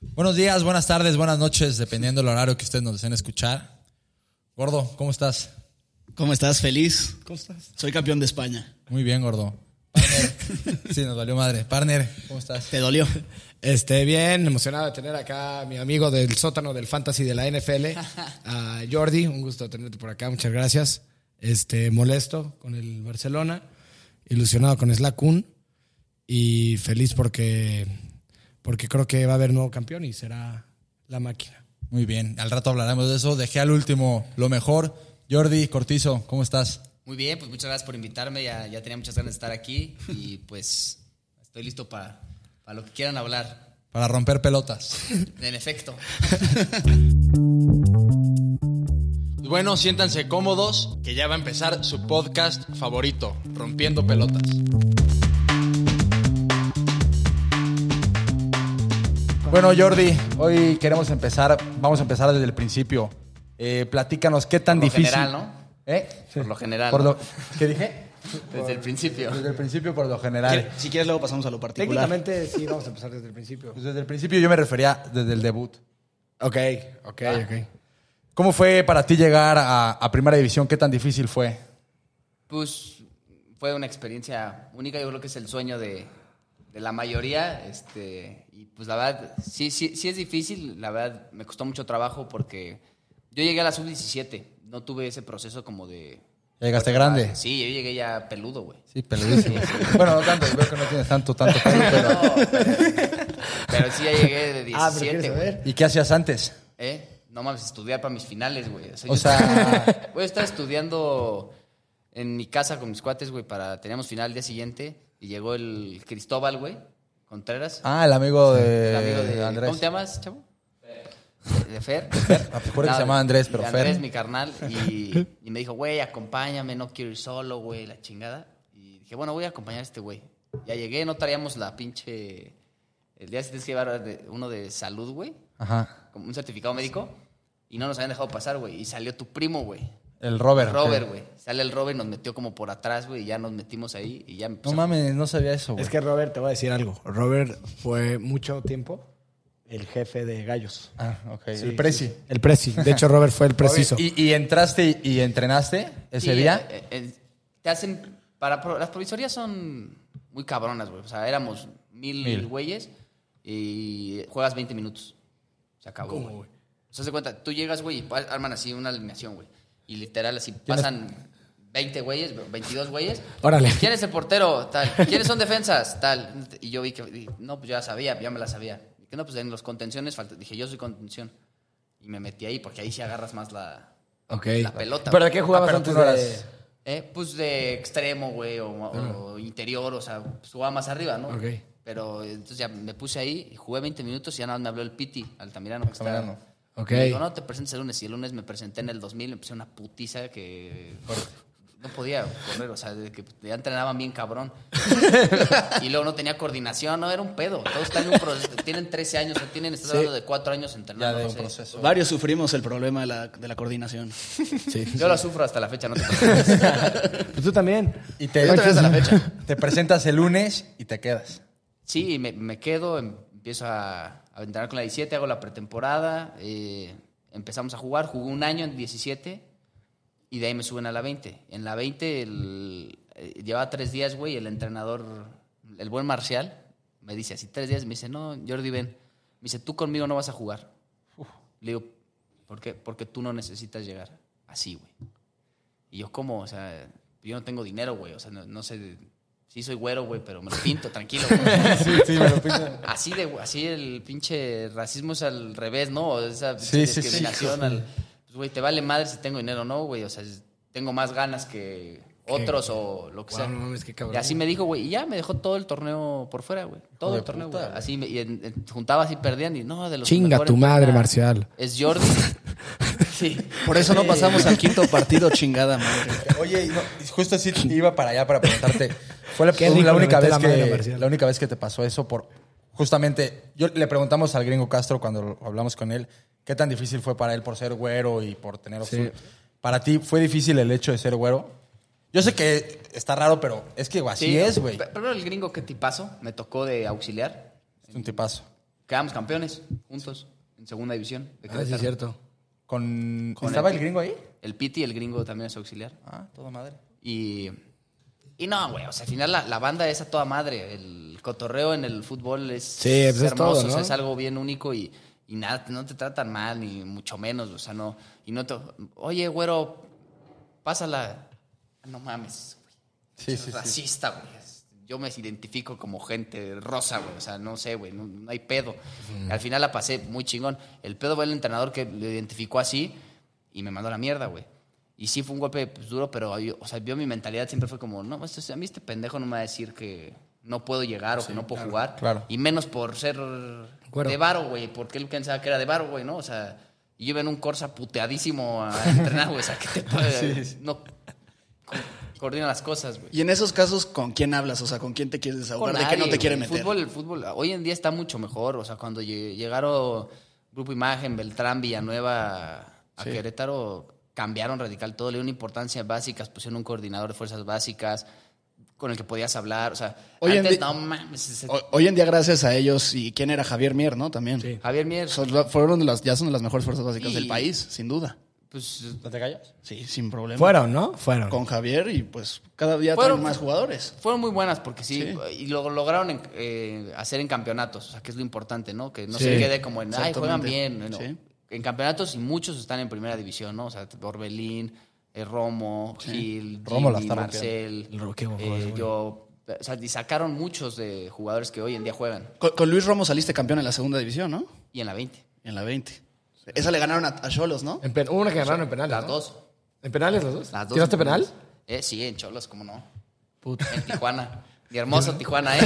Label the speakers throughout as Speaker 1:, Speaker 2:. Speaker 1: Buenos días, buenas tardes, buenas noches, dependiendo del horario que ustedes nos deseen escuchar. Gordo, ¿cómo estás?
Speaker 2: ¿Cómo estás? ¿Feliz? ¿Cómo estás? Soy campeón de España.
Speaker 1: Muy bien, gordo. Partner. Sí, nos valió madre. Partner, ¿cómo estás?
Speaker 2: ¿Te dolió?
Speaker 3: Este, bien, emocionado de tener acá a mi amigo del sótano del fantasy de la NFL, a Jordi. Un gusto tenerte por acá, muchas gracias. Este, molesto con el Barcelona, ilusionado con Slacun y feliz porque, porque creo que va a haber nuevo campeón y será la máquina.
Speaker 1: Muy bien, al rato hablaremos de eso. Dejé al último lo mejor. Jordi Cortizo, ¿cómo estás?
Speaker 4: Muy bien, pues muchas gracias por invitarme. Ya, ya tenía muchas ganas de estar aquí y pues estoy listo para, para lo que quieran hablar.
Speaker 1: Para romper pelotas.
Speaker 4: En efecto.
Speaker 5: Pues Bueno, siéntanse cómodos, que ya va a empezar su podcast favorito, Rompiendo Pelotas.
Speaker 1: Bueno, Jordi, hoy queremos empezar, vamos a empezar desde el principio. Eh, platícanos qué tan
Speaker 4: Por lo
Speaker 1: difícil.
Speaker 4: general, ¿no?
Speaker 1: ¿Eh?
Speaker 4: Por lo general,
Speaker 1: Por
Speaker 4: ¿no?
Speaker 1: lo- ¿Qué dije?
Speaker 4: Desde el principio.
Speaker 1: Desde el principio, por lo general.
Speaker 2: Si quieres, luego pasamos a lo particular.
Speaker 3: Técnicamente sí, vamos a empezar desde el principio.
Speaker 1: Pues desde el principio yo me refería desde el debut. Ah.
Speaker 3: Ok, ok, ok.
Speaker 1: ¿Cómo fue para ti llegar a, a Primera División? ¿Qué tan difícil fue?
Speaker 4: Pues fue una experiencia única, yo creo que es el sueño de, de la mayoría. Este, y pues la verdad, sí, sí, sí es difícil, la verdad me costó mucho trabajo porque yo llegué a la sub-17, no tuve ese proceso como de...
Speaker 1: Ya llegaste grande.
Speaker 4: Sí, yo llegué ya peludo, güey.
Speaker 1: Sí, peludísimo. bueno, no tanto, veo que no tienes tanto, tanto pelo, pero-
Speaker 4: No, pero, pero sí ya llegué de 17,
Speaker 3: Ah, pero quieres
Speaker 4: güey.
Speaker 3: saber.
Speaker 1: ¿Y qué hacías antes?
Speaker 4: ¿Eh? No mames, estudiar para mis finales, güey. O sea,
Speaker 1: O
Speaker 4: yo
Speaker 1: sea-
Speaker 4: estaba- güey, estaba estudiando en mi casa con mis cuates, güey, para teníamos final el día siguiente y llegó el Cristóbal, güey, Contreras,
Speaker 1: Ah, el amigo de,
Speaker 4: el amigo de
Speaker 1: Andrés.
Speaker 4: ¿Cómo te llamas, chavo? De Fer. De Fer.
Speaker 1: Ah, pues, juro que
Speaker 4: No,
Speaker 1: se llamaba Andrés,
Speaker 4: de
Speaker 1: pero Fer.
Speaker 4: Andrés, mi carnal, y, y me dijo, güey, acompáñame, no quiero ir solo, güey, la chingada. Y dije, bueno, voy a acompañar a este güey. Ya llegué, no traíamos la pinche... El día siguiente tienes que llevar de- uno de salud, güey
Speaker 1: Ajá.
Speaker 4: como un certificado médico y no nos habían dejado pasar, güey. Y salió tu primo, güey.
Speaker 1: El Robert.
Speaker 4: Robert,
Speaker 1: ok.
Speaker 4: güey. Sale el Robert, nos metió como por atrás, güey, y ya nos metimos ahí y ya me
Speaker 1: No
Speaker 4: empezó-
Speaker 1: mames, no sabía eso, güey.
Speaker 3: Es que Robert, te voy a decir algo. Robert fue mucho tiempo el jefe de Gallos.
Speaker 1: Ah, ok.
Speaker 3: Sí,
Speaker 1: el Prezi.
Speaker 3: sí, sí. El Prezi. De hecho, Robert fue el preciso.
Speaker 1: ¿Y, y entraste y, y entrenaste
Speaker 4: Sí,
Speaker 1: ese día?
Speaker 4: eh, eh, te hacen. Para, pro- las provisorías son muy cabronas, güey. O sea, éramos mil,
Speaker 1: Mil.
Speaker 4: güeyes y juegas 20 minutos. Se acabó, güey. O sea, se cuenta, tú llegas, güey, y pa- arman así una alineación, güey. Y literal, así pasan 20 güeyes, 22 güeyes.
Speaker 3: Órale.
Speaker 4: ¿Quién es el portero? Tal. ¿Quiénes son defensas? Tal. Y yo vi que, y, no, pues yo ya sabía, ya me la sabía. Y que no, pues en los contenciones falta. Dije, yo soy contención. Y me metí ahí porque ahí sí agarras más la,
Speaker 3: Ok.
Speaker 4: la pelota.
Speaker 6: ¿Pero de
Speaker 4: güey.
Speaker 6: qué jugabas
Speaker 1: Ah, pero
Speaker 6: antes
Speaker 1: tú no
Speaker 6: de-
Speaker 1: eras-
Speaker 4: Eh, pues de extremo, güey, o, o interior, o sea, pues jugaba más arriba, ¿no?
Speaker 3: Ok.
Speaker 4: Pero eh, entonces ya me puse ahí, y jugué 20 minutos y ya nada más me habló el Piti, Altamirano. Que está-
Speaker 1: Altamirano.
Speaker 3: Ok.
Speaker 4: Me dijo, no, te presentes el lunes. Y el lunes me presenté en el 2000, me puse una putiza que... No podía correr, o sea, de que ya entrenaban bien cabrón. y luego no tenía coordinación, no, era un pedo. Todos están en un proceso, tienen 13 años, o sea, tienen, estás hablando de 4 años
Speaker 1: Ya
Speaker 4: entrenando.
Speaker 1: de
Speaker 4: no
Speaker 1: un
Speaker 4: sé.
Speaker 1: proceso.
Speaker 2: Varios sufrimos el problema de la, de la coordinación.
Speaker 4: Yo lo sufro hasta la fecha, no te preocupes.
Speaker 3: Pues tú también.
Speaker 1: Y te,
Speaker 3: Yo te veo hasta la
Speaker 1: fecha. te presentas el lunes y te quedas.
Speaker 4: Sí, me, me quedo, em- empiezo a, a entrenar con la 17, hago la pretemporada, eh, empezamos a jugar, jugué un año en 17 y de ahí me suben a la 20. En la 20 el- eh, llevaba tres días, güey, el entrenador, el buen Marcial, me dice así, tres días, me dice, no, Jordi, ven, me dice, tú conmigo no vas a jugar. Le digo, ¿por qué? Porque tú no necesitas llegar así, güey. Y yo, ¿cómo? O sea, yo no tengo dinero, güey. O sea, no, no sé. Sí soy güero, güey, pero me lo pinto, tranquilo. güey.
Speaker 1: Sí, sí, me lo pintan.
Speaker 4: Así de, así el pinche racismo es al revés, ¿no? O Esa
Speaker 1: Sí,
Speaker 4: pinche
Speaker 1: sí, sí.
Speaker 4: discriminación al... Pues, güey, te vale madre si tengo dinero o no, güey. O sea, es- tengo más ganas que otros o lo que
Speaker 3: Guau,
Speaker 4: sea.
Speaker 3: no mames, qué cabrón.
Speaker 4: Y así me dijo, güey, y ya me dejó todo el torneo por fuera, güey. Todo
Speaker 1: de
Speaker 4: el torneo,
Speaker 1: puta,
Speaker 4: güey.
Speaker 1: güey.
Speaker 4: Así me, y en- en- juntaba así, perdían y no, de los
Speaker 3: Chinga
Speaker 4: mejores
Speaker 3: tu madre,
Speaker 4: era-
Speaker 3: Marcial.
Speaker 4: Es Jordi. sí.
Speaker 2: Por eso no pasamos al quinto partido, chingada madre.
Speaker 1: Oye, y no, y justo así iba para allá para preguntarte. Fue la,
Speaker 3: Qué
Speaker 1: la
Speaker 3: rico
Speaker 1: única
Speaker 3: meter
Speaker 1: vez
Speaker 3: la mano,
Speaker 1: que
Speaker 3: Marcial.
Speaker 1: la única vez que te pasó eso por justamente yo le preguntamos al gringo Castro cuando lo- hablamos con él qué tan difícil fue para él por ser güero y por tener ojos. Para ti fue difícil el hecho de ser güero? Yo sé que está raro, pero es que güey, así
Speaker 4: Sí,
Speaker 1: es,
Speaker 4: no,
Speaker 1: güey.
Speaker 4: pe- Pero el gringo que tipazo me tocó de auxiliar.
Speaker 1: Es un tipazo.
Speaker 4: Quedamos campeones juntos en segunda división. de
Speaker 3: Ah, sí,
Speaker 4: Querétaro.
Speaker 3: es cierto.
Speaker 1: Con,
Speaker 4: Con
Speaker 1: ¿Estaba
Speaker 4: el-
Speaker 1: el gringo ahí?
Speaker 4: El Piti, el gringo, también es auxiliar.
Speaker 1: Ah, toda madre.
Speaker 4: Y, y no, güey, o sea, al final la, la banda es a toda madre. El cotorreo en el fútbol es,
Speaker 3: Sí, pues es
Speaker 4: hermoso,
Speaker 3: todo,
Speaker 4: o sea,
Speaker 3: ¿no?
Speaker 4: es algo bien único y, y nada, no te tratan mal, ni mucho menos, o sea, no. Y no te, oye, güero, pásala. No mames, güey.
Speaker 1: Sí,
Speaker 4: Es
Speaker 1: sí, sí.
Speaker 4: racista, güey. Es- Yo me identifico como gente rosa, güey. O sea, no sé, güey. No, no hay pedo. Al final la pasé muy chingón. El pedo fue el entrenador que lo identificó así y me mandó a la mierda, güey. Y sí fue un golpe pues, duro, pero yo- o sea, vio mi mentalidad siempre fue como, no, esto es- a mí este pendejo no me va a decir que no puedo llegar o que no puedo jugar.
Speaker 1: claro.
Speaker 4: Y menos por ser
Speaker 3: Güero.
Speaker 4: de varo, güey. Porque él pensaba que era de varo, güey, ¿no? O sea, y yo iba en un Corsa puteadísimo a entrenar, güey. O sea, que te
Speaker 1: Sí, sí.
Speaker 4: No co- coordina las cosas, güey
Speaker 2: Y en esos casos, ¿con quién hablas? O sea, ¿con quién te quieres desahogar?
Speaker 4: con
Speaker 2: ¿De qué no
Speaker 4: nadie,
Speaker 2: te quieren
Speaker 4: güey.
Speaker 2: meter?
Speaker 4: El fútbol, el fútbol hoy en día está mucho mejor. O sea, cuando lle- llegaron Grupo Imagen, Beltrán, Villanueva a Querétaro, cambiaron radical todo. Le dieron importancia básicas, pusieron un coordinador de fuerzas básicas con el que podías hablar. O sea,
Speaker 2: Hoy en
Speaker 4: antes,
Speaker 2: día-
Speaker 4: no mames. ese-
Speaker 2: Ho- Hoy en día, gracias a ellos, y quién era Javier Mier, ¿no? También.
Speaker 4: Javier Mier,
Speaker 2: Son la- fueron de las, ya son de las mejores fuerzas básicas
Speaker 4: Sí.
Speaker 2: del país, sin duda.
Speaker 4: pues
Speaker 1: ¿No te callas?
Speaker 2: Sí, sin problema.
Speaker 3: Fueron, ¿no? Fueron.
Speaker 2: Con Javier y pues cada día
Speaker 4: Fueron-
Speaker 2: traen más jugadores.
Speaker 4: fueron muy buenas porque sí,
Speaker 2: Sí.
Speaker 4: y lo lograron en- eh, hacer en campeonatos, o sea, que es lo importante, ¿no? Que no
Speaker 3: Sí.
Speaker 4: se quede como en, ay, juegan
Speaker 2: Exactamente.
Speaker 4: bien. no, no.
Speaker 2: Sí.
Speaker 4: En campeonatos y muchos están en primera división, ¿no? O sea, Orbelín, eh, Romo, Gil,
Speaker 1: Romo la
Speaker 4: Jimmy,
Speaker 1: está
Speaker 4: Marcel,
Speaker 3: El Ro- qué buen
Speaker 4: eh,
Speaker 3: jugador, güey.
Speaker 4: yo, o sea, y sacaron muchos de jugadores que hoy en día juegan,
Speaker 2: Con, con Luis Romo saliste campeón en la segunda división, ¿no?
Speaker 4: y en la 20,
Speaker 2: En la 20. Esa le ganaron a- a Cholos, ¿no?
Speaker 3: En pen- hubo una que ganaron en penales.
Speaker 4: las
Speaker 3: ¿no?
Speaker 4: dos.
Speaker 3: ¿En penales las dos?
Speaker 4: Las dos
Speaker 3: ¿Tiraste penal?
Speaker 4: Eh, sí, en Cholos, ¿cómo no? En Tijuana. Y hermoso Tijuana, ¿eh?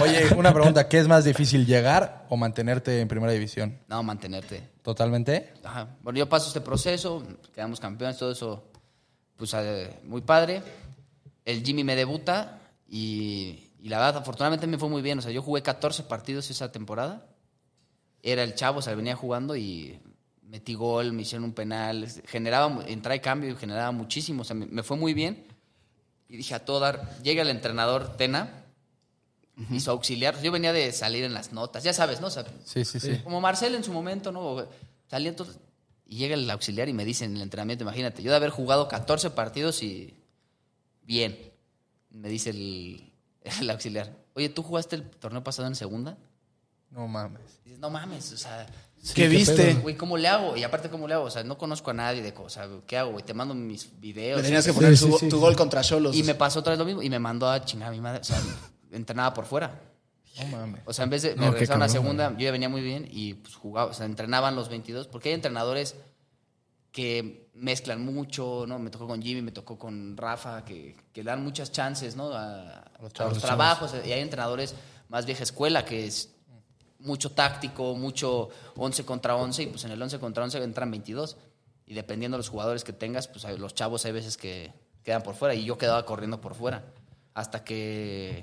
Speaker 1: Oye, una pregunta. ¿Qué es más difícil, llegar o mantenerte en primera división?
Speaker 4: No, mantenerte.
Speaker 1: ¿Totalmente?
Speaker 4: Ajá. Bueno, yo paso este proceso, quedamos campeones, todo eso, pues eh, muy padre. El Jimmy me debuta y, y la verdad, afortunadamente me fue muy bien. O sea, yo jugué 14 partidos esa temporada. Era el chavo, o sea, venía jugando y metí gol, me hicieron un penal. Generaba, mu- entraba y cambio y generaba muchísimo. O sea, me, me fue muy bien. Y dije a todo dar, llega el entrenador Tena y su auxiliar. Yo venía de salir en las notas, ya sabes, ¿no? O sea,
Speaker 1: Sí, sí, sí.
Speaker 4: como Marcel en su momento, ¿no? Salía entonces. Y llega el auxiliar y me dice en el entrenamiento, imagínate, yo de haber jugado 14 partidos y. Bien. Me dice el, el auxiliar, oye, ¿tú jugaste el torneo pasado en segunda?
Speaker 1: No mames.
Speaker 4: Dices, no mames, o sea.
Speaker 2: ¿Qué viste?
Speaker 4: Güey, ¿cómo le hago? Y aparte, ¿cómo le hago? O sea, no conozco a nadie de cosa. ¿Qué hago, güey? Te mando mis videos.
Speaker 2: Le tenías que
Speaker 3: Sí,
Speaker 2: poner
Speaker 3: sí,
Speaker 2: su-
Speaker 3: sí,
Speaker 2: tu
Speaker 3: sí.
Speaker 2: gol contra Cholos.
Speaker 4: Y me pasó otra vez lo mismo y me mandó a chingar a mi madre. O sea, entrenaba por fuera.
Speaker 1: No mames.
Speaker 4: O sea, en vez de
Speaker 3: No,
Speaker 4: me
Speaker 3: qué
Speaker 4: regresaron a
Speaker 3: cabrón,
Speaker 4: segunda, yo ya venía muy bien y pues, jugaba, o sea, entrenaban los 22, porque hay entrenadores que mezclan mucho, ¿no? Me tocó con Jimmy, me tocó con Rafa, que, que dan muchas chances, ¿no? A, a los,
Speaker 1: chavos.
Speaker 4: trabajos, y hay entrenadores más vieja escuela que es mucho táctico, mucho 11 contra 11 y pues en el 11 contra 11 entran 22 y dependiendo de los jugadores que tengas, pues hay- los chavos hay veces que quedan por fuera y yo quedaba corriendo por fuera hasta que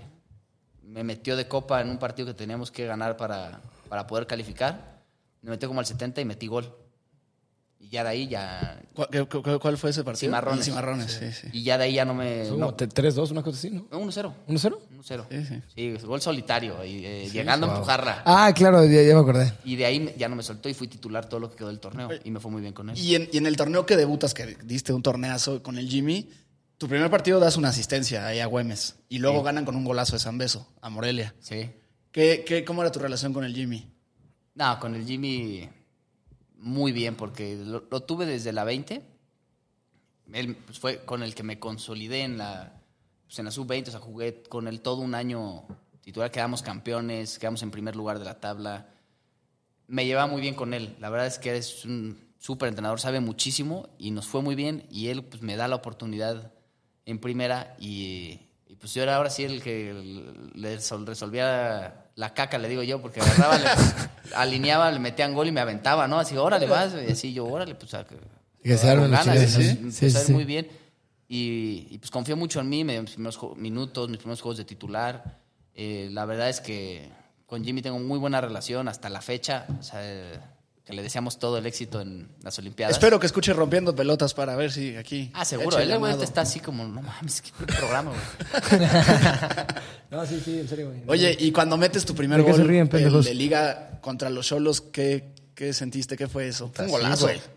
Speaker 4: me metió de copa en un partido que teníamos que ganar para, para poder calificar. Me metió como al 70 y metí gol. Y ya de ahí ya
Speaker 2: ¿Cuál, qué- qué- cuál fue ese partido?
Speaker 4: Cimarrones.
Speaker 2: El Cimarrones, sí, sí.
Speaker 4: y ya de ahí ya no me
Speaker 3: Son
Speaker 4: no,
Speaker 3: como te- 3-2, una cosa así, ¿no?
Speaker 4: 1-0,
Speaker 3: ¿1-0?
Speaker 4: 1-0.
Speaker 2: Sí, sí.
Speaker 4: gol solitario y eh, llegando a empujarla.
Speaker 3: Ah, claro, ya, ya me acordé.
Speaker 4: Y de ahí me- ya no me soltó y fui titular todo lo que quedó del torneo. Y me fue muy bien con él.
Speaker 2: Y en, y en el torneo que debutas, que diste un torneazo con el Jimmy, tu primer partido das una asistencia ahí a Güemes y luego ganan con un golazo de San Beso a Morelia.
Speaker 4: Sí.
Speaker 2: ¿Qué, qué, ¿Cómo era tu relación con el Jimmy?
Speaker 4: No, con el Jimmy muy bien porque lo, lo tuve desde la 20. Él pues, fue con el que me consolidé en la, pues, en la sub-20. O sea, jugué con él todo un año titular. Quedamos campeones, quedamos en primer lugar de la tabla. Me llevaba muy bien con él. La verdad es que es un súper entrenador, sabe muchísimo y nos fue muy bien. Y él pues, me da la oportunidad en primera y, y, pues yo era ahora sí el que le sol- resolvía la caca, le digo yo, porque agarraba, le- alineaba, le metían gol y me aventaba, ¿no? Así, órale, vas. Y así yo, órale, pues... a que-
Speaker 3: Que se armen
Speaker 4: con
Speaker 3: los
Speaker 4: ganas,
Speaker 3: chilenos.
Speaker 4: y
Speaker 3: Sí,
Speaker 4: nos-
Speaker 3: sí,
Speaker 4: nos sabe
Speaker 3: sí.
Speaker 4: muy bien. Y, y, pues confío mucho en mí, me- mis primeros ju- minutos, mis primeros juegos de titular. Eh, la verdad es que con Jimmy tengo muy buena relación hasta la fecha. O sea, eh, que le deseamos todo el éxito en las Olimpiadas.
Speaker 2: Espero que escuche rompiendo pelotas para ver si aquí.
Speaker 4: Ah, seguro.
Speaker 2: echa
Speaker 4: El güey
Speaker 2: llamado.
Speaker 4: está así como, no mames, qué programa, güey.
Speaker 3: No, sí, sí, en serio, güey.
Speaker 2: Oye, y cuando metes tu primer
Speaker 3: ¿De qué
Speaker 2: gol
Speaker 3: se ríen,
Speaker 2: el
Speaker 3: pendejos?
Speaker 2: de liga contra los Cholos, ¿qué, qué sentiste? ¿Qué fue eso? Fue un golazo.
Speaker 1: güey.
Speaker 2: güey.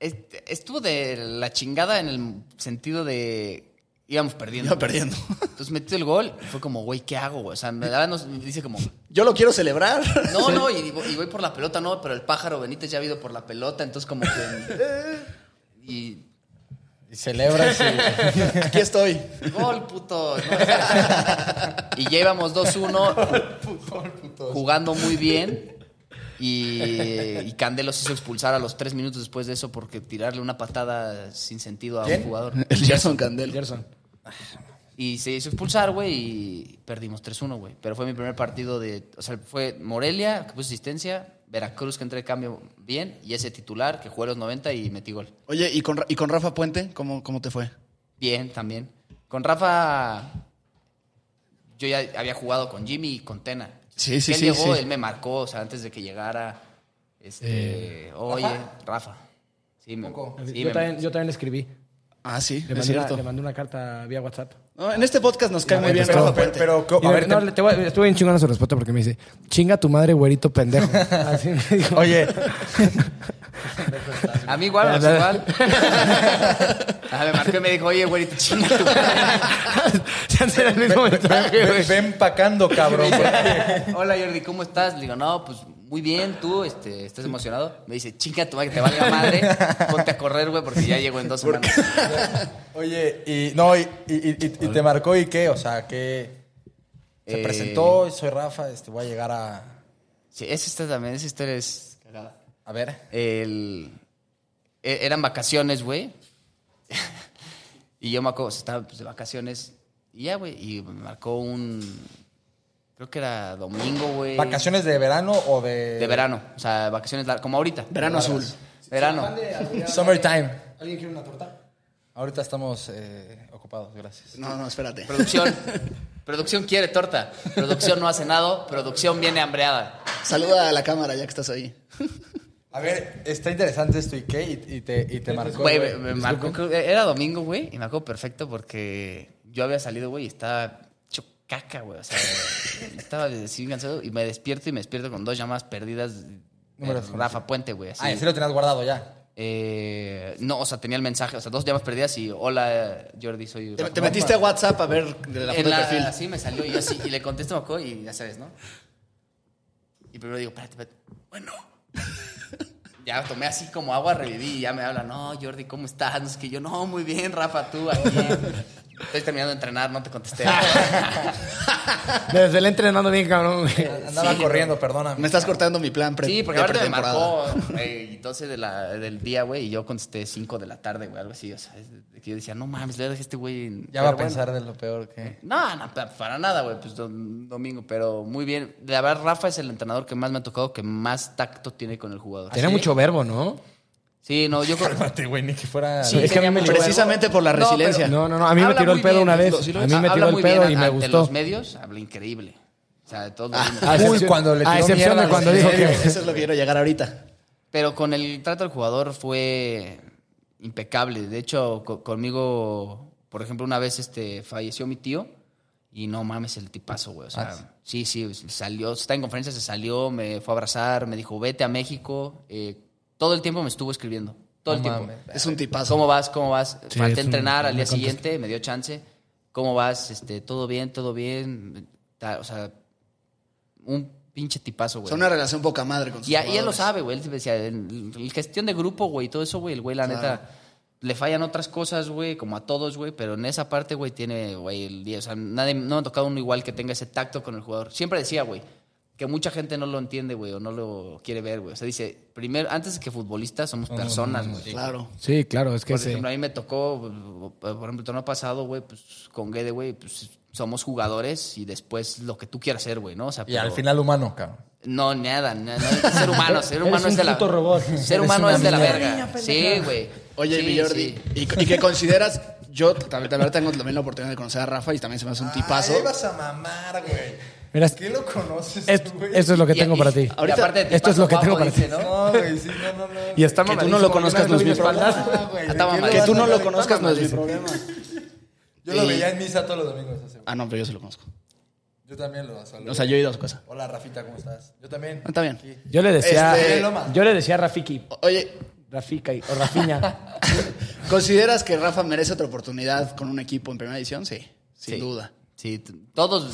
Speaker 4: Est- Estuvo de la chingada en el sentido de íbamos perdiendo.
Speaker 2: Iba perdiendo.
Speaker 4: Entonces metí el gol y fue como, güey, ¿qué hago? güey? O sea, me da, nos dice como,
Speaker 2: Yo lo quiero celebrar.
Speaker 4: no, no, y, voy- y voy por la pelota, no, pero el pájaro Benítez ya ha ido por la pelota, entonces como que... Y
Speaker 1: Y celebras y-
Speaker 2: Aquí estoy.
Speaker 4: Gol, puto. y ya íbamos 2-1 jugando muy bien. Y, y Candelo se hizo expulsar a los tres minutos después de eso porque tirarle una patada sin sentido a
Speaker 1: ¿Quién?
Speaker 4: un jugador.
Speaker 2: El Jason Candel.
Speaker 3: Gerson.
Speaker 4: Y se hizo expulsar, güey, y perdimos 3-1, güey. Pero fue mi primer partido de. O sea, fue Morelia, que puso asistencia, Veracruz, que entré de cambio bien, y ese titular, que jugué los 90 y metí gol.
Speaker 2: Oye, ¿y con, Ra- ¿y con Rafa Puente? ¿Cómo, cómo te fue?
Speaker 4: Bien, también. Con Rafa, yo ya había jugado con Jimmy y con Tena.
Speaker 2: Sí, sí,
Speaker 4: él
Speaker 2: sí,
Speaker 4: llegó,
Speaker 2: sí.
Speaker 4: él me marcó, o sea, antes de que llegara.
Speaker 2: Eh,
Speaker 4: Este, oye, Rafa. Sí, me, sí,
Speaker 3: yo,
Speaker 4: me-
Speaker 3: también, yo también le escribí.
Speaker 2: Ah, sí,
Speaker 3: Le
Speaker 2: es
Speaker 3: mandé, una,
Speaker 2: cierto.
Speaker 3: le mandé una carta vía WhatsApp.
Speaker 2: No, en este podcast nos cae muy bien
Speaker 1: Pero-
Speaker 2: Rafa
Speaker 1: pero,
Speaker 2: Puente.
Speaker 1: pero, co-
Speaker 3: Y
Speaker 1: a
Speaker 3: me-
Speaker 1: ver,
Speaker 3: no,
Speaker 1: te-
Speaker 3: le- te voy a- estuve bien chingón a su respuesta porque me dice, chinga tu madre, güerito pendejo. Así me dijo.
Speaker 1: oye,
Speaker 4: A mí igual, a mí igual. Ah, me marcó y me dijo, oye, güey, chinga tu madre.
Speaker 3: Ya era el mismo mensaje,
Speaker 1: ven,
Speaker 3: güey.
Speaker 1: ven- ven pacando, cabrón.
Speaker 4: Hola, Jordi, ¿cómo estás? Le digo, no, pues muy bien, tú, este, ¿estás emocionado? Me dice, chinga tu madre, que te valga madre. Ponte a correr, güey, porque ya llegó en dos semanas.
Speaker 1: Oye, y no, y, y- y- y- y te marcó y qué, o sea, que se
Speaker 4: Eh,
Speaker 1: presentó, soy Rafa, este, voy a llegar a,
Speaker 4: Sí, esa está también, esa historia es
Speaker 1: a ver.
Speaker 4: el- e- eran vacaciones, güey. y yo me acuerdo, o sea, estaba pues, de vacaciones. Y ya, güey. Y me marcó un. Creo que era domingo, güey.
Speaker 1: ¿Vacaciones de verano o de...?
Speaker 4: eh, De verano. O sea, vacaciones lar- como ahorita.
Speaker 2: Verano azul.
Speaker 4: Verano.
Speaker 1: Summertime.
Speaker 3: ¿Alguien quiere una torta?
Speaker 1: Ahorita estamos eh, ocupados, gracias.
Speaker 2: No, no, espérate.
Speaker 4: Producción. Producción quiere torta. Producción no ha cenado. Producción viene hambreada.
Speaker 2: Saluda a la cámara ya que estás ahí.
Speaker 1: A ver, está interesante esto y qué, y, y te, y te marcó.
Speaker 4: Güey,
Speaker 1: güey.
Speaker 4: me, me marcó. creo que Era domingo, güey. Y me acuerdo perfecto porque yo había salido, güey, y estaba hecho caca, güey. O sea, estaba así bien cansado. Y me despierto y me despierto con dos llamadas perdidas. de
Speaker 1: Número de
Speaker 4: Rafa Puente, güey. así.
Speaker 1: Ah, en serio lo tenías guardado ya.
Speaker 4: Eh, no, o sea, tenía el mensaje. O sea, dos llamadas perdidas y hola, Jordi, soy.
Speaker 2: Te,
Speaker 4: Rafa
Speaker 2: te
Speaker 4: Puente".
Speaker 2: metiste a WhatsApp a ver de la
Speaker 4: En
Speaker 2: foto de
Speaker 4: la-
Speaker 2: perfil.
Speaker 4: Así me salió y yo así. Y le contesto, me acuerdo, y ya sabes, ¿no? Y primero digo, espérate, espérate. Bueno. Ya tomé así como agua, reviví y ya me habla, no, Jordi, ¿cómo estás? No sé qué. yo, no, muy bien, Rafa, tú aquí. Estoy terminando de entrenar, no te contesté.
Speaker 3: Desde el entrenando bien, cabrón, güey.
Speaker 1: Andaba
Speaker 4: Sí,
Speaker 1: corriendo, perdóname.
Speaker 2: Me estás cortando mi plan pre
Speaker 4: Sí, porque
Speaker 2: de
Speaker 4: aparte me
Speaker 2: pretemporada.
Speaker 4: marcó eh, y 12 de la, del día, güey, y yo contesté 5 de la tarde, güey, algo así. O sea, es de que yo decía, no mames, le dejé a este güey. en-
Speaker 1: Ya va a
Speaker 4: Pero bueno.
Speaker 1: pensar de lo peor que...
Speaker 4: No, no, pa- para nada, güey. Pues dom- domingo, pero muy bien. La verdad, Rafa es el entrenador que más me ha tocado, que más tacto tiene con el jugador.
Speaker 3: Tenía
Speaker 4: ¿Sí?
Speaker 3: mucho verbo, ¿no?
Speaker 4: Sí, no, yo creo.
Speaker 1: Espérate, güey, ni que fuera...
Speaker 4: Sí,
Speaker 3: Es que a mí
Speaker 4: tenía
Speaker 3: me
Speaker 4: mucho
Speaker 3: tiró-
Speaker 2: Precisamente por la
Speaker 4: No, pero-
Speaker 2: resiliencia.
Speaker 3: No, no, no. A mí me
Speaker 4: Habla
Speaker 3: tiró el
Speaker 4: muy
Speaker 3: pedo
Speaker 4: bien,
Speaker 3: una
Speaker 4: lo-
Speaker 3: vez.
Speaker 4: lo- sí lo-
Speaker 3: A mí me
Speaker 4: habla
Speaker 3: tiró el
Speaker 4: muy
Speaker 3: pedo
Speaker 4: bien
Speaker 3: y me
Speaker 4: ante los
Speaker 3: gustó.
Speaker 4: medios habla increíble. O sea, de todos los
Speaker 1: Ah,
Speaker 4: mundos.
Speaker 1: Uy,
Speaker 3: excepción-
Speaker 1: cuando le
Speaker 3: a
Speaker 1: tiró
Speaker 3: excepción
Speaker 1: mierda
Speaker 3: de
Speaker 1: a
Speaker 3: cuando
Speaker 1: los
Speaker 3: dijo
Speaker 1: medios.
Speaker 3: que...
Speaker 2: Eso es lo que quiero llegar ahorita.
Speaker 4: Pero con el trato del jugador fue impecable. De hecho, co- conmigo, por ejemplo, una vez este, falleció mi tío y no mames el tipazo, güey. O sea,
Speaker 3: Ah,
Speaker 4: sí, sí, salió, está en conferencia, se salió, me fue a abrazar, me dijo, vete a México. Eh, todo el tiempo me estuvo escribiendo. Todo el
Speaker 1: No
Speaker 4: tiempo.
Speaker 1: mames.
Speaker 2: Es un tipazo.
Speaker 4: ¿Cómo vas? ¿Cómo vas?
Speaker 3: Sí, es
Speaker 4: Falté a
Speaker 3: un-
Speaker 4: entrenar al
Speaker 3: me
Speaker 4: día
Speaker 3: contestó.
Speaker 4: siguiente, me dio chance. ¿Cómo vas? Este, todo bien, todo bien. Ta- O sea, un pinche tipazo,
Speaker 2: O
Speaker 4: güy.
Speaker 2: sea, una relación poca madre con sus
Speaker 4: Y, a- y él lo
Speaker 2: jugadores.
Speaker 4: sabe, güey. Él decía, en en gestión de grupo, güey, y todo eso, güey, el güey, la
Speaker 2: Claro.
Speaker 4: neta, le fallan otras cosas, güey, como a todos, güey, pero en esa parte, güey, tiene, güey, el 10. O sea, nadie, no me ha tocado uno igual que tenga ese tacto con el jugador. Siempre decía, güey, que mucha gente no lo entiende, güey, o no lo quiere ver, güey. O sea, dice, primero, antes que futbolistas, somos personas, güey.
Speaker 2: Claro.
Speaker 3: Sí, claro, es que
Speaker 4: Por
Speaker 3: sí.
Speaker 4: ejemplo, a mí me tocó, eh, por ejemplo, el torneo pasado, güey, pues con Guede, güey, pues somos jugadores y después lo que tú quieras ser, güey, ¿no? O sea,
Speaker 1: Y al
Speaker 4: pero-
Speaker 1: final humano, cabrón.
Speaker 4: no, nada, nada, nada. Ser humano, ser
Speaker 3: Eres
Speaker 4: humano
Speaker 3: un
Speaker 4: es de la.
Speaker 3: puto robot.
Speaker 4: Ser
Speaker 1: Eres
Speaker 4: humano
Speaker 1: una
Speaker 4: es de la
Speaker 1: niña.
Speaker 4: verga. Sí, güey.
Speaker 2: Oye,
Speaker 4: Sí,
Speaker 2: mi Jordi,
Speaker 4: sí.
Speaker 2: y, y que consideras,
Speaker 1: Ah,
Speaker 2: yo también, la verdad tengo también la oportunidad de conocer Ah, a Rafa y también se me hace un tipazo.
Speaker 1: a mamar, güey.
Speaker 6: Mira,
Speaker 1: ¿Qué lo conoces,
Speaker 6: esto,
Speaker 1: güey?
Speaker 6: esto es lo que
Speaker 4: este Y-
Speaker 6: tengo
Speaker 4: y-
Speaker 6: para ti.
Speaker 4: y aparte de ti,
Speaker 6: Esto es lo que
Speaker 4: Paco
Speaker 6: tengo
Speaker 4: Paco
Speaker 6: para ti.
Speaker 4: dice, ¿no?
Speaker 1: No, güey, sí, no, no, no.
Speaker 6: Y está
Speaker 4: Que tú no
Speaker 6: mamadísimo,
Speaker 4: lo conozcas,
Speaker 6: mira,
Speaker 4: no es
Speaker 6: vi
Speaker 4: mi
Speaker 6: espalda.
Speaker 1: Ah, güey,
Speaker 4: Está
Speaker 1: ¿de quién
Speaker 4: mal.
Speaker 2: Que
Speaker 4: vas
Speaker 2: tú
Speaker 4: a
Speaker 2: no lo
Speaker 1: hablar?
Speaker 2: conozcas no es mi problema.
Speaker 1: Yo lo
Speaker 2: Sí.
Speaker 1: veía en misa todos los domingos. ese güey.
Speaker 2: Ah, no, pero yo sí lo conozco.
Speaker 1: Yo también lo saludo.
Speaker 2: O sea, yo he ido a su casa.
Speaker 1: Hola, Rafita, ¿cómo estás? Yo también.
Speaker 2: Ah, Está bien.
Speaker 1: Aquí.
Speaker 6: Yo le decía,
Speaker 2: Este,
Speaker 1: Loma.
Speaker 6: yo le decía a Rafiki,
Speaker 2: O- Oye,
Speaker 6: Rafika y- o Rafiña.
Speaker 2: ¿consideras que Rafa merece otra oportunidad con un equipo en primera edición? Sí, sin
Speaker 4: Sí.
Speaker 2: duda.
Speaker 4: Sí, t- todos.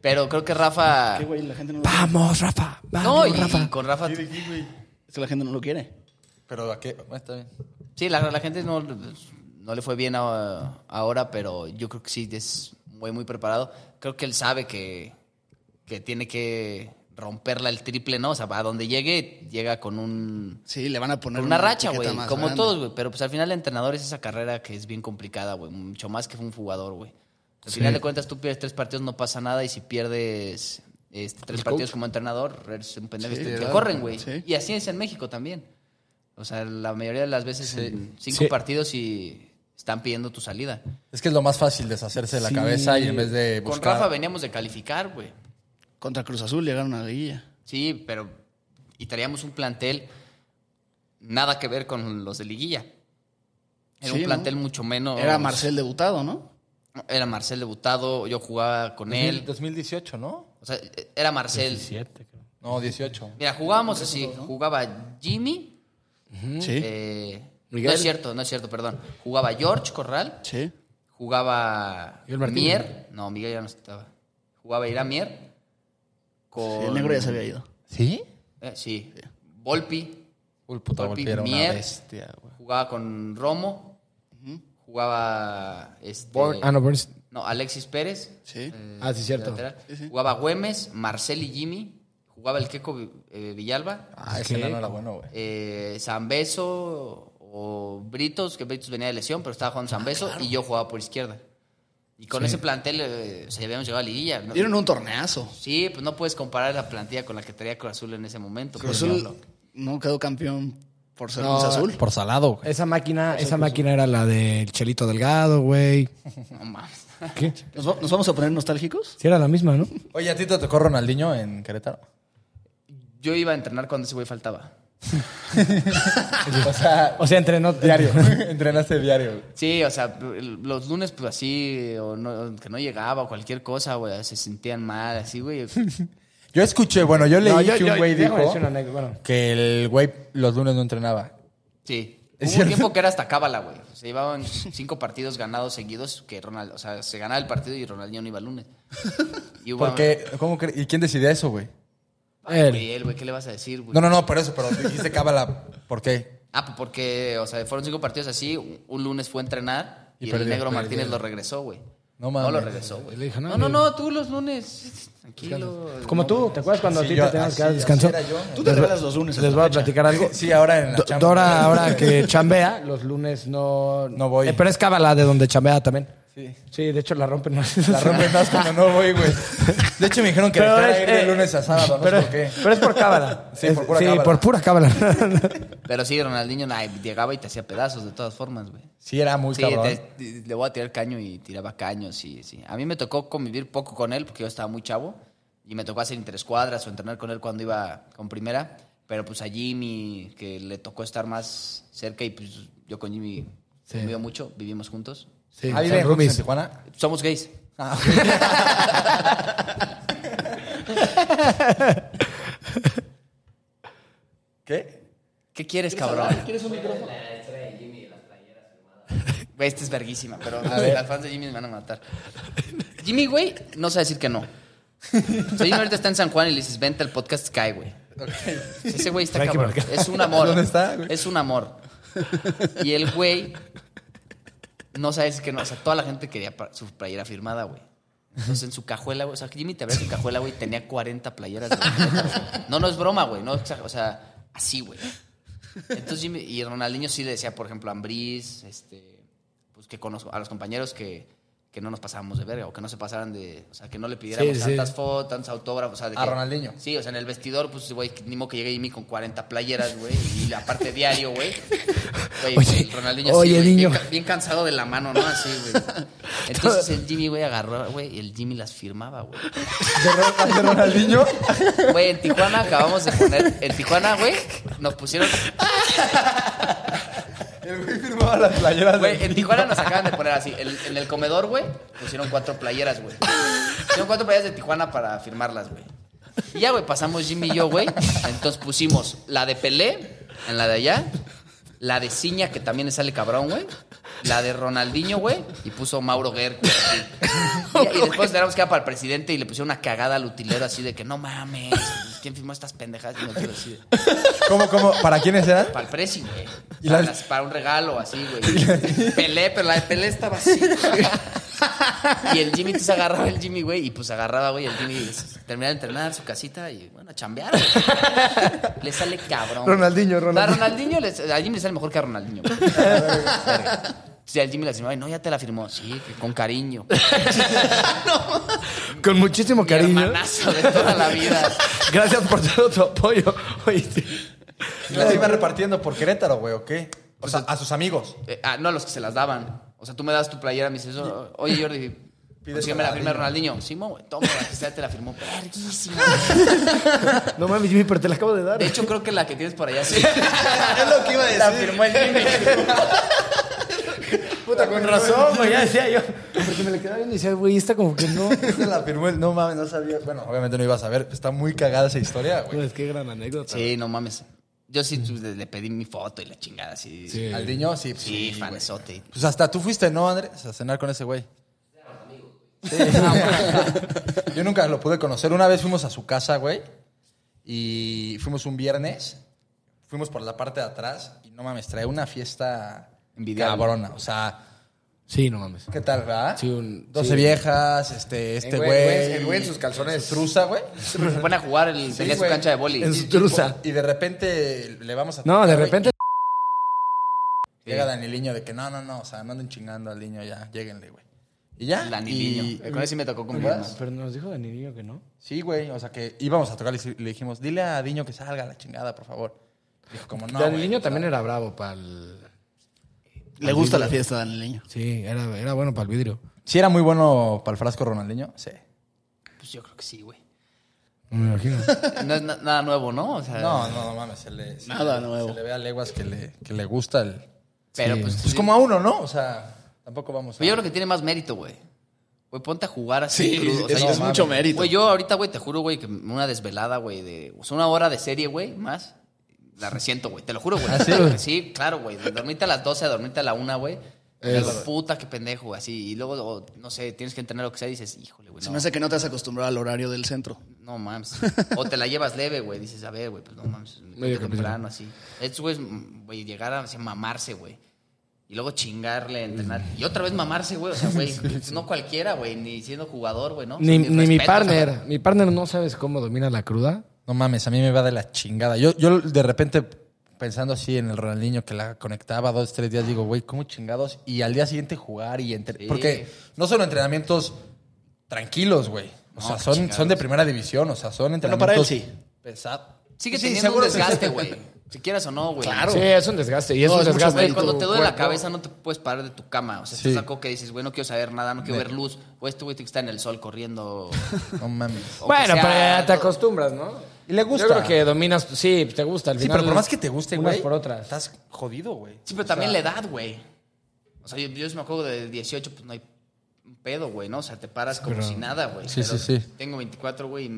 Speaker 4: Pero creo que Rafa.
Speaker 2: ¿Qué, güey? La gente no lo quiere.
Speaker 6: vamos, Rafa.
Speaker 4: No,
Speaker 6: Vamos,
Speaker 4: y, y
Speaker 6: Rafa.
Speaker 4: con Rafa.
Speaker 1: Sí, de aquí, güey.
Speaker 2: Es que la gente no lo quiere.
Speaker 1: Pero a qué. Bueno, está bien.
Speaker 4: Sí, la, la gente no, no le fue bien a- ahora, pero yo creo que sí es muy, muy preparado. Creo que él sabe que, que tiene que romperla el triple, ¿no? O sea, a donde llegue, llega con un.
Speaker 2: Sí, le van a
Speaker 4: con
Speaker 2: poner
Speaker 4: una racha,
Speaker 2: etiqueta
Speaker 4: güey.
Speaker 2: más
Speaker 4: Como
Speaker 2: grande.
Speaker 4: todos, güey. Pero pues al final el entrenador es esa carrera que es bien complicada, güey. Mucho más que fue un jugador, güey. Al final de cuentas, tú pierdes tres partidos, no pasa nada. Y si pierdes este, tres partidos como entrenador, eres un pendejo.
Speaker 2: Sí,
Speaker 4: te, te
Speaker 2: claro.
Speaker 4: corren, güey.
Speaker 2: Sí.
Speaker 4: Y así es en México también. O sea, la mayoría de las veces en cinco
Speaker 6: Sí.
Speaker 4: partidos y están pidiendo tu salida.
Speaker 1: Es que es lo más fácil deshacerse de la
Speaker 6: Sí.
Speaker 1: cabeza y en vez de
Speaker 4: Con
Speaker 1: buscar.
Speaker 4: Rafa veníamos de calificar, güey.
Speaker 2: Contra Cruz Azul llegaron a la liguilla.
Speaker 4: Sí, pero. Y traíamos un plantel nada que ver con los de Liguilla. Era
Speaker 2: Sí,
Speaker 4: un
Speaker 2: ¿no?
Speaker 4: plantel mucho menos.
Speaker 2: Era Marcel debutado, ¿no?
Speaker 4: Era Marcel debutado, yo jugaba con él.
Speaker 1: 2018, ¿no?
Speaker 4: O sea, era Marcel.
Speaker 1: No, 18.
Speaker 4: Mira, jugábamos así. Jugaba Jimmy.
Speaker 2: Sí.
Speaker 4: eh,
Speaker 3: Miguel.
Speaker 4: No es cierto, no es cierto, perdón. Jugaba George Corral.
Speaker 2: Sí.
Speaker 4: Jugaba
Speaker 3: Miguel Martínez.
Speaker 4: Mier. No, Miguel ya no estaba. Jugaba Irán Mier. Con,
Speaker 2: Sí, El negro ya se había ido.
Speaker 1: ¿Sí?
Speaker 4: eh, sí. Volpi.
Speaker 1: Uy, puta,
Speaker 4: Volpi,
Speaker 1: golpearon una
Speaker 4: Mier.
Speaker 1: vez.
Speaker 4: Jugaba con Romo. Jugaba. Este,
Speaker 6: Ah, no, Burns.
Speaker 4: No, Alexis Pérez.
Speaker 2: Sí.
Speaker 6: Ah, sí, cierto.
Speaker 4: lateral.
Speaker 2: Sí, sí.
Speaker 4: Eh, Jugaba Güemes, Marcel y Jimmy. Jugaba el Queco eh, Villalba.
Speaker 1: Ah, ese no era bueno, güey.
Speaker 4: eh, Zambeso o Britos, que Britos venía de lesión, pero estaba
Speaker 2: Ah,
Speaker 4: jugando Zambeso y yo jugaba por izquierda. Y con ese plantel eh, se habíamos llegado a liguilla. ¿no?
Speaker 2: Dieron un torneazo.
Speaker 4: Sí, pues no puedes comparar la plantilla con la que traía Cruz Azul en ese momento. por
Speaker 2: Cruz Azul
Speaker 4: ejemplo.
Speaker 2: no quedó campeón por ser
Speaker 6: No,
Speaker 2: Cruz Azul.
Speaker 1: Por salado, güey.
Speaker 6: Esa máquina, esa máquina era la del Chelito Delgado, güey.
Speaker 4: No mames.
Speaker 6: ¿Qué?
Speaker 2: ¿Nos, va- nos vamos a poner nostálgicos?
Speaker 6: Sí era la misma, ¿no?
Speaker 1: Oye, ¿a ti te tocó Ronaldinho en Querétaro?
Speaker 4: Yo iba a entrenar cuando ese güey faltaba.
Speaker 1: o sea,
Speaker 6: O sea, entrenó
Speaker 1: diario. Entrenaste diario. güey.
Speaker 4: Sí, o sea, los lunes, pues así, o no- que no llegaba, o cualquier cosa, güey, se sentían mal, así, güey.
Speaker 1: Yo escuché, bueno, yo leí
Speaker 6: No, yo-
Speaker 1: que un
Speaker 6: yo-
Speaker 1: güey
Speaker 6: déjame
Speaker 1: dijo
Speaker 6: decir una anécdota, bueno.
Speaker 1: que el güey los lunes no entrenaba.
Speaker 4: Sí.
Speaker 1: ¿Es
Speaker 4: Hubo un
Speaker 1: cierto?
Speaker 4: tiempo que era hasta cábala, güey. Se llevaban cinco partidos ganados seguidos que Ronald, o sea, se ganaba el partido y Ronaldinho no iba el lunes. Y hubo-
Speaker 1: Porque, ¿cómo cre- ¿Y quién decidía eso, güey?
Speaker 4: Ay, güey, él, güey, ¿qué le vas a decir, güey?
Speaker 1: No, no, no, por eso, pero dijiste cábala. ¿Por qué?
Speaker 4: Ah, pues porque, o sea, fueron cinco partidos así, un un lunes fue a entrenar
Speaker 1: Y
Speaker 4: y,
Speaker 1: perdió,
Speaker 4: el negro
Speaker 1: perdió.
Speaker 4: Martínez lo regresó, güey.
Speaker 1: No mames.
Speaker 4: No lo regresó, güey.
Speaker 6: Le dijo, no,
Speaker 4: No, no,
Speaker 6: le-
Speaker 4: no, tú los lunes, tranquilo.
Speaker 6: Como tú, ¿te acuerdas cuando a
Speaker 1: Sí,
Speaker 6: ti
Speaker 1: yo-
Speaker 6: te tenías
Speaker 4: ah,
Speaker 6: que dar
Speaker 1: así-
Speaker 6: descanso?
Speaker 1: así era yo.
Speaker 2: Tú te regalas los lunes. a
Speaker 6: Les
Speaker 2: la
Speaker 6: voy a
Speaker 2: fecha.
Speaker 6: platicar algo.
Speaker 1: Sí, ahora en la
Speaker 6: Do-
Speaker 1: chamba.
Speaker 6: Dora, ahora que chambea, los lunes no.
Speaker 1: No voy.
Speaker 6: Eh, pero es cábala de donde chambea también.
Speaker 1: Sí.
Speaker 6: Sí, de hecho la rompen más.
Speaker 1: La rompen más cuando no voy, güey. De hecho, me dijeron que
Speaker 6: Pero
Speaker 1: dejara
Speaker 6: es,
Speaker 1: ir de
Speaker 6: eh,
Speaker 1: lunes a sábado, no
Speaker 6: pero,
Speaker 1: sé por qué.
Speaker 6: pero es por cábala.
Speaker 1: Sí,
Speaker 6: Es-
Speaker 1: por pura cábala.
Speaker 6: por pura cábala.
Speaker 4: Pero sí, Ronaldinho nah, llegaba y te hacía pedazos de todas formas, güey.
Speaker 1: Sí, era muy
Speaker 4: Sí,
Speaker 1: cabrón.
Speaker 4: te- te- le voy a tirar caño y tiraba caño, sí, sí. A mí me tocó convivir poco con él porque yo estaba muy chavo y me tocó hacer interescuadras o entrenar con él cuando iba con primera, pero pues a Jimmy, que le tocó estar más cerca y pues yo con Jimmy
Speaker 6: Sí.
Speaker 4: convivo mucho, vivimos juntos.
Speaker 6: Sí,
Speaker 1: ¿Ah, vive juntos
Speaker 6: son roomies.
Speaker 1: en Tijuana?
Speaker 4: Somos gays.
Speaker 1: ¿Qué?
Speaker 4: ¿Qué quieres, cabrón? ¿Quieres un micrófono? Güey, esta es verguísima, pero las fans de Jimmy me van a matar. Jimmy, güey, no sabe decir que no. O sea, Jimmy ahorita está en San Juan y le dices, vente al podcast Sky, güey. Ese güey está
Speaker 6: Frankie
Speaker 4: cabrón.
Speaker 6: Marquez.
Speaker 4: Es un amor.
Speaker 1: ¿Dónde está, güey?
Speaker 4: Es un amor. Y el güey no sabe decir que no. O sea, toda la gente quería pa- su playera firmada, güey. Entonces Pues, en su cajuela, güey. O sea, Jimmy te abría su cajuela, güey. Tenía 40 playeras. güey. No, no es broma, güey. No, exa- o sea, así, güey. Entonces Jimmy y Ronaldinho sí le decía, por ejemplo, a Ambriz, este, pues que conozco, a los compañeros que, que no nos pasáramos de verga o que no se pasaran de. O sea, que no le pidiéramos
Speaker 3: Sí, sí.
Speaker 4: tantas fotos, tantos autógrafos. O sea, de
Speaker 1: A
Speaker 4: que-
Speaker 1: Ronaldinho.
Speaker 4: Sí, o sea, en el vestidor, pues, güey, ni modo que llegue Jimmy con 40 playeras, güey, y aparte diario, güey. Güey,
Speaker 3: Oye,
Speaker 4: el Ronaldinho
Speaker 3: oye,
Speaker 4: así, güey,
Speaker 3: niño.
Speaker 4: Bien, ca- bien cansado de la mano, ¿no? Así, güey. Entonces el Jimmy, güey, agarró, güey, y el Jimmy las firmaba, güey.
Speaker 1: De Ro- de Ronaldinho.
Speaker 4: Güey, en Tijuana acabamos de poner. En Tijuana, güey, nos pusieron.
Speaker 1: El güey firmaba las playeras.
Speaker 4: Güey, en Tijuana nos acaban de poner así. En, en el comedor, güey, pusieron cuatro playeras, güey. Pusieron cuatro playeras de Tijuana para firmarlas, güey. Y ya, güey, pasamos Jimmy y yo, güey. Entonces pusimos la de Pelé, en la de allá. La de Ciña, que también le sale cabrón, güey. La de Ronaldinho, güey. Y puso Mauro Guerra. güey, así. Y, y después tenemos que ir para el presidente y le pusieron una cagada al utilero así de que no mames. ¿Quién firmó estas pendejadas? Y nosotros así de-
Speaker 1: ¿Cómo, cómo? ¿Para quiénes eran?
Speaker 4: para el presi, güey.
Speaker 1: Y
Speaker 4: Para,
Speaker 1: las-
Speaker 4: las- para un regalo, así, güey. Pelé, pero la de Pelé estaba así. güey. y el Jimmy, se agarraba el Jimmy, güey. Y pues agarraba, güey, el Jimmy. Terminaba de entrenar en su casita y, bueno, a chambear. güey. le sale cabrón. güey.
Speaker 1: Ronaldinho, Ronaldinho.
Speaker 4: A Ronaldinho, les- a Jimmy le sale mejor que a Ronaldinho. güey. Verga. Sí, al Jimmy le firmaba, no, ya te la firmó. Sí, que con cariño.
Speaker 3: Con muchísimo
Speaker 4: Mi
Speaker 3: cariño.
Speaker 4: hermanazo de toda la vida.
Speaker 3: Gracias por todo tu apoyo. Oye, sí.
Speaker 1: Las iba repartiendo por Querétaro, güey, ¿o qué? O sea, Pues a sus amigos.
Speaker 4: Eh, ah, no, los que se las daban. O sea, tú me das tu playera, me dices, "Oh, oye Jordi, consígueme la firma de Ronaldinho. Simón, güey, toma, la que sea, te la firmó. Verguísima.
Speaker 3: No mames, Jimmy, pero te la acabo de dar.
Speaker 4: De hecho, creo que la que tienes por allá sí.
Speaker 1: Es lo que iba a decir.
Speaker 4: La firmó el Jimmy.
Speaker 3: puta, con razón, güey. Ya decía yo. Porque me la quedaba viendo y decía, güey, esta como que no.
Speaker 1: Se la firmó el- No mames, no sabía. Bueno, obviamente no ibas a ver. Está muy cagada esa historia, güey.
Speaker 3: Pues qué gran anécdota.
Speaker 4: Sí, no mames. Yo sí pues, le le pedí mi foto y la chingada, sí. Sí,
Speaker 1: Al niño, sí. pues,
Speaker 4: sí,
Speaker 1: güey.
Speaker 4: fanzote.
Speaker 1: Pues hasta tú fuiste, ¿no, Andrés? A cenar con ese güey. Sí. Yo nunca lo pude conocer. Una vez fuimos a su casa, güey. Y fuimos un viernes. Fuimos por la parte de atrás. Y no mames, trae una fiesta
Speaker 4: Envidiable.
Speaker 1: cabrona. O sea,
Speaker 3: Sí, no mames.
Speaker 1: ¿qué tal, verdad?
Speaker 3: Sí, un-
Speaker 1: 12
Speaker 3: sí.
Speaker 1: viejas, este, este
Speaker 6: güey,
Speaker 1: güey.
Speaker 6: güey, el güey en sus calzones.
Speaker 1: su Truza, güey.
Speaker 4: Se pone a jugar, el, tenía su
Speaker 1: güey.
Speaker 4: cancha de boli.
Speaker 3: En su truza.
Speaker 1: Y de repente le vamos a.
Speaker 3: No, de
Speaker 1: tocar, güey,
Speaker 3: repente.
Speaker 1: Llega Daniliño de que no, no, no, o sea, no anden chingando al niño ya, lléguenle, güey. Y ya.
Speaker 4: La niño.
Speaker 1: y-
Speaker 4: Con ese me tocó con mi
Speaker 1: ¿Recuerdas?
Speaker 4: hermano.
Speaker 3: Pero nos dijo de niño que no.
Speaker 1: Sí, güey, o sea, que íbamos a tocar y le dijimos, dile a Diño que salga a la chingada, por favor. Dijo, como
Speaker 3: el
Speaker 1: no. güey, pues,
Speaker 3: niño
Speaker 1: o sea,
Speaker 3: también era bravo para el.
Speaker 2: Le gusta la fiesta Daniel Niño.
Speaker 3: Sí, era, era bueno para el vidrio.
Speaker 1: Sí, era muy bueno para el frasco Ronaldinho, sí.
Speaker 4: Pues yo creo que sí, güey.
Speaker 3: Me imagino.
Speaker 4: No es na- nada nuevo, ¿no? O sea,
Speaker 1: No, no, no mames, se le, se
Speaker 2: Nada
Speaker 1: le-
Speaker 2: nuevo.
Speaker 1: Se le ve a leguas que le, que le gusta el.
Speaker 4: Pero
Speaker 3: Sí.
Speaker 4: pues.
Speaker 1: Pues
Speaker 4: sí.
Speaker 1: como a uno, ¿no? O sea, tampoco vamos a.
Speaker 4: Pero yo creo que tiene más mérito, güey. Güey, ponte a jugar así. crudo. O sea,
Speaker 2: es,
Speaker 4: yo-
Speaker 2: es
Speaker 1: no,
Speaker 2: mucho
Speaker 1: mames.
Speaker 2: mérito.
Speaker 4: Güey, yo ahorita, güey, te juro, güey, que una desvelada, güey, de. O sea, una hora de serie, güey, más. La resiento, güey. Te lo juro, güey. sí? claro, güey. De Dormirte a las 12, a dormirte a la 1, güey. Digo, puta, qué pendejo, güey, así. Y luego, o, no sé, tienes que entrenar lo que sea y dices, híjole, güey.
Speaker 2: Se
Speaker 4: No,
Speaker 2: me hace que no te has acostumbrado al horario del centro.
Speaker 4: no mames. O te la llevas leve, güey. Dices, a ver, güey, pues no mames.
Speaker 3: Medio
Speaker 4: Medio temprano, así. Estos, güey, mm, güey, llegar a así, mamarse, güey. Y luego chingarle, entrenar. Y otra vez mamarse, güey. O sea, güey, no cualquiera, güey. Ni siendo jugador, güey, ¿no? O sea,
Speaker 3: Ni,
Speaker 4: mis
Speaker 3: ni mi
Speaker 4: respetos,
Speaker 3: partner.
Speaker 4: o sea,
Speaker 3: Mi partner no sabes cómo domina la cruda.
Speaker 1: No mames, a mí me va de la chingada. Yo, yo de repente, pensando así en el Ronaldinho que la conectaba dos, tres días, digo, güey, ¿cómo chingados? Y al día siguiente jugar y entre...
Speaker 4: Sí.
Speaker 1: Porque no son entrenamientos tranquilos, güey. O
Speaker 4: No,
Speaker 1: sea,
Speaker 4: qué
Speaker 1: son,
Speaker 4: chingados.
Speaker 1: son de primera división, o sea, son
Speaker 2: Bueno,
Speaker 1: entrenamientos...
Speaker 2: para él sí.
Speaker 1: Pesados.
Speaker 4: Sigue
Speaker 1: Sí,
Speaker 4: teniendo
Speaker 1: seguro
Speaker 4: un
Speaker 1: se-
Speaker 4: desgaste, güey. Si quieras o no, güey.
Speaker 2: Claro.
Speaker 3: Sí, es un desgaste. Y es
Speaker 2: No,
Speaker 3: un
Speaker 2: es mucho
Speaker 3: desgaste.
Speaker 4: Güey,
Speaker 3: en
Speaker 4: cuando
Speaker 3: tu
Speaker 4: te duele la
Speaker 3: cuerpo.
Speaker 4: cabeza no te puedes parar de tu cama. O sea,
Speaker 1: Sí.
Speaker 4: estás algo que dices, güey, no quiero saber nada, no quiero ver luz. O este güey tiene que estar en el sol corriendo.
Speaker 1: No mames.
Speaker 4: o
Speaker 3: Bueno,
Speaker 4: que sea
Speaker 3: pero ya te
Speaker 4: algo-
Speaker 3: acostumbras, ¿no?
Speaker 1: Y le gusta.
Speaker 3: Yo creo que dominas. Sí, te gusta. Al
Speaker 1: Sí,
Speaker 3: final,
Speaker 1: pero por más que te guste,
Speaker 3: unas
Speaker 1: güey,
Speaker 3: por otras.
Speaker 1: estás jodido, güey.
Speaker 4: Sí, pero también la edad, güey. O sea, yo, yo sí me acuerdo de 18, pues no hay un pedo, güey, ¿no? O sea, te paras como si nada, güey.
Speaker 1: Sí,
Speaker 4: Pero
Speaker 1: sí, sí.
Speaker 4: Tengo 24, güey, y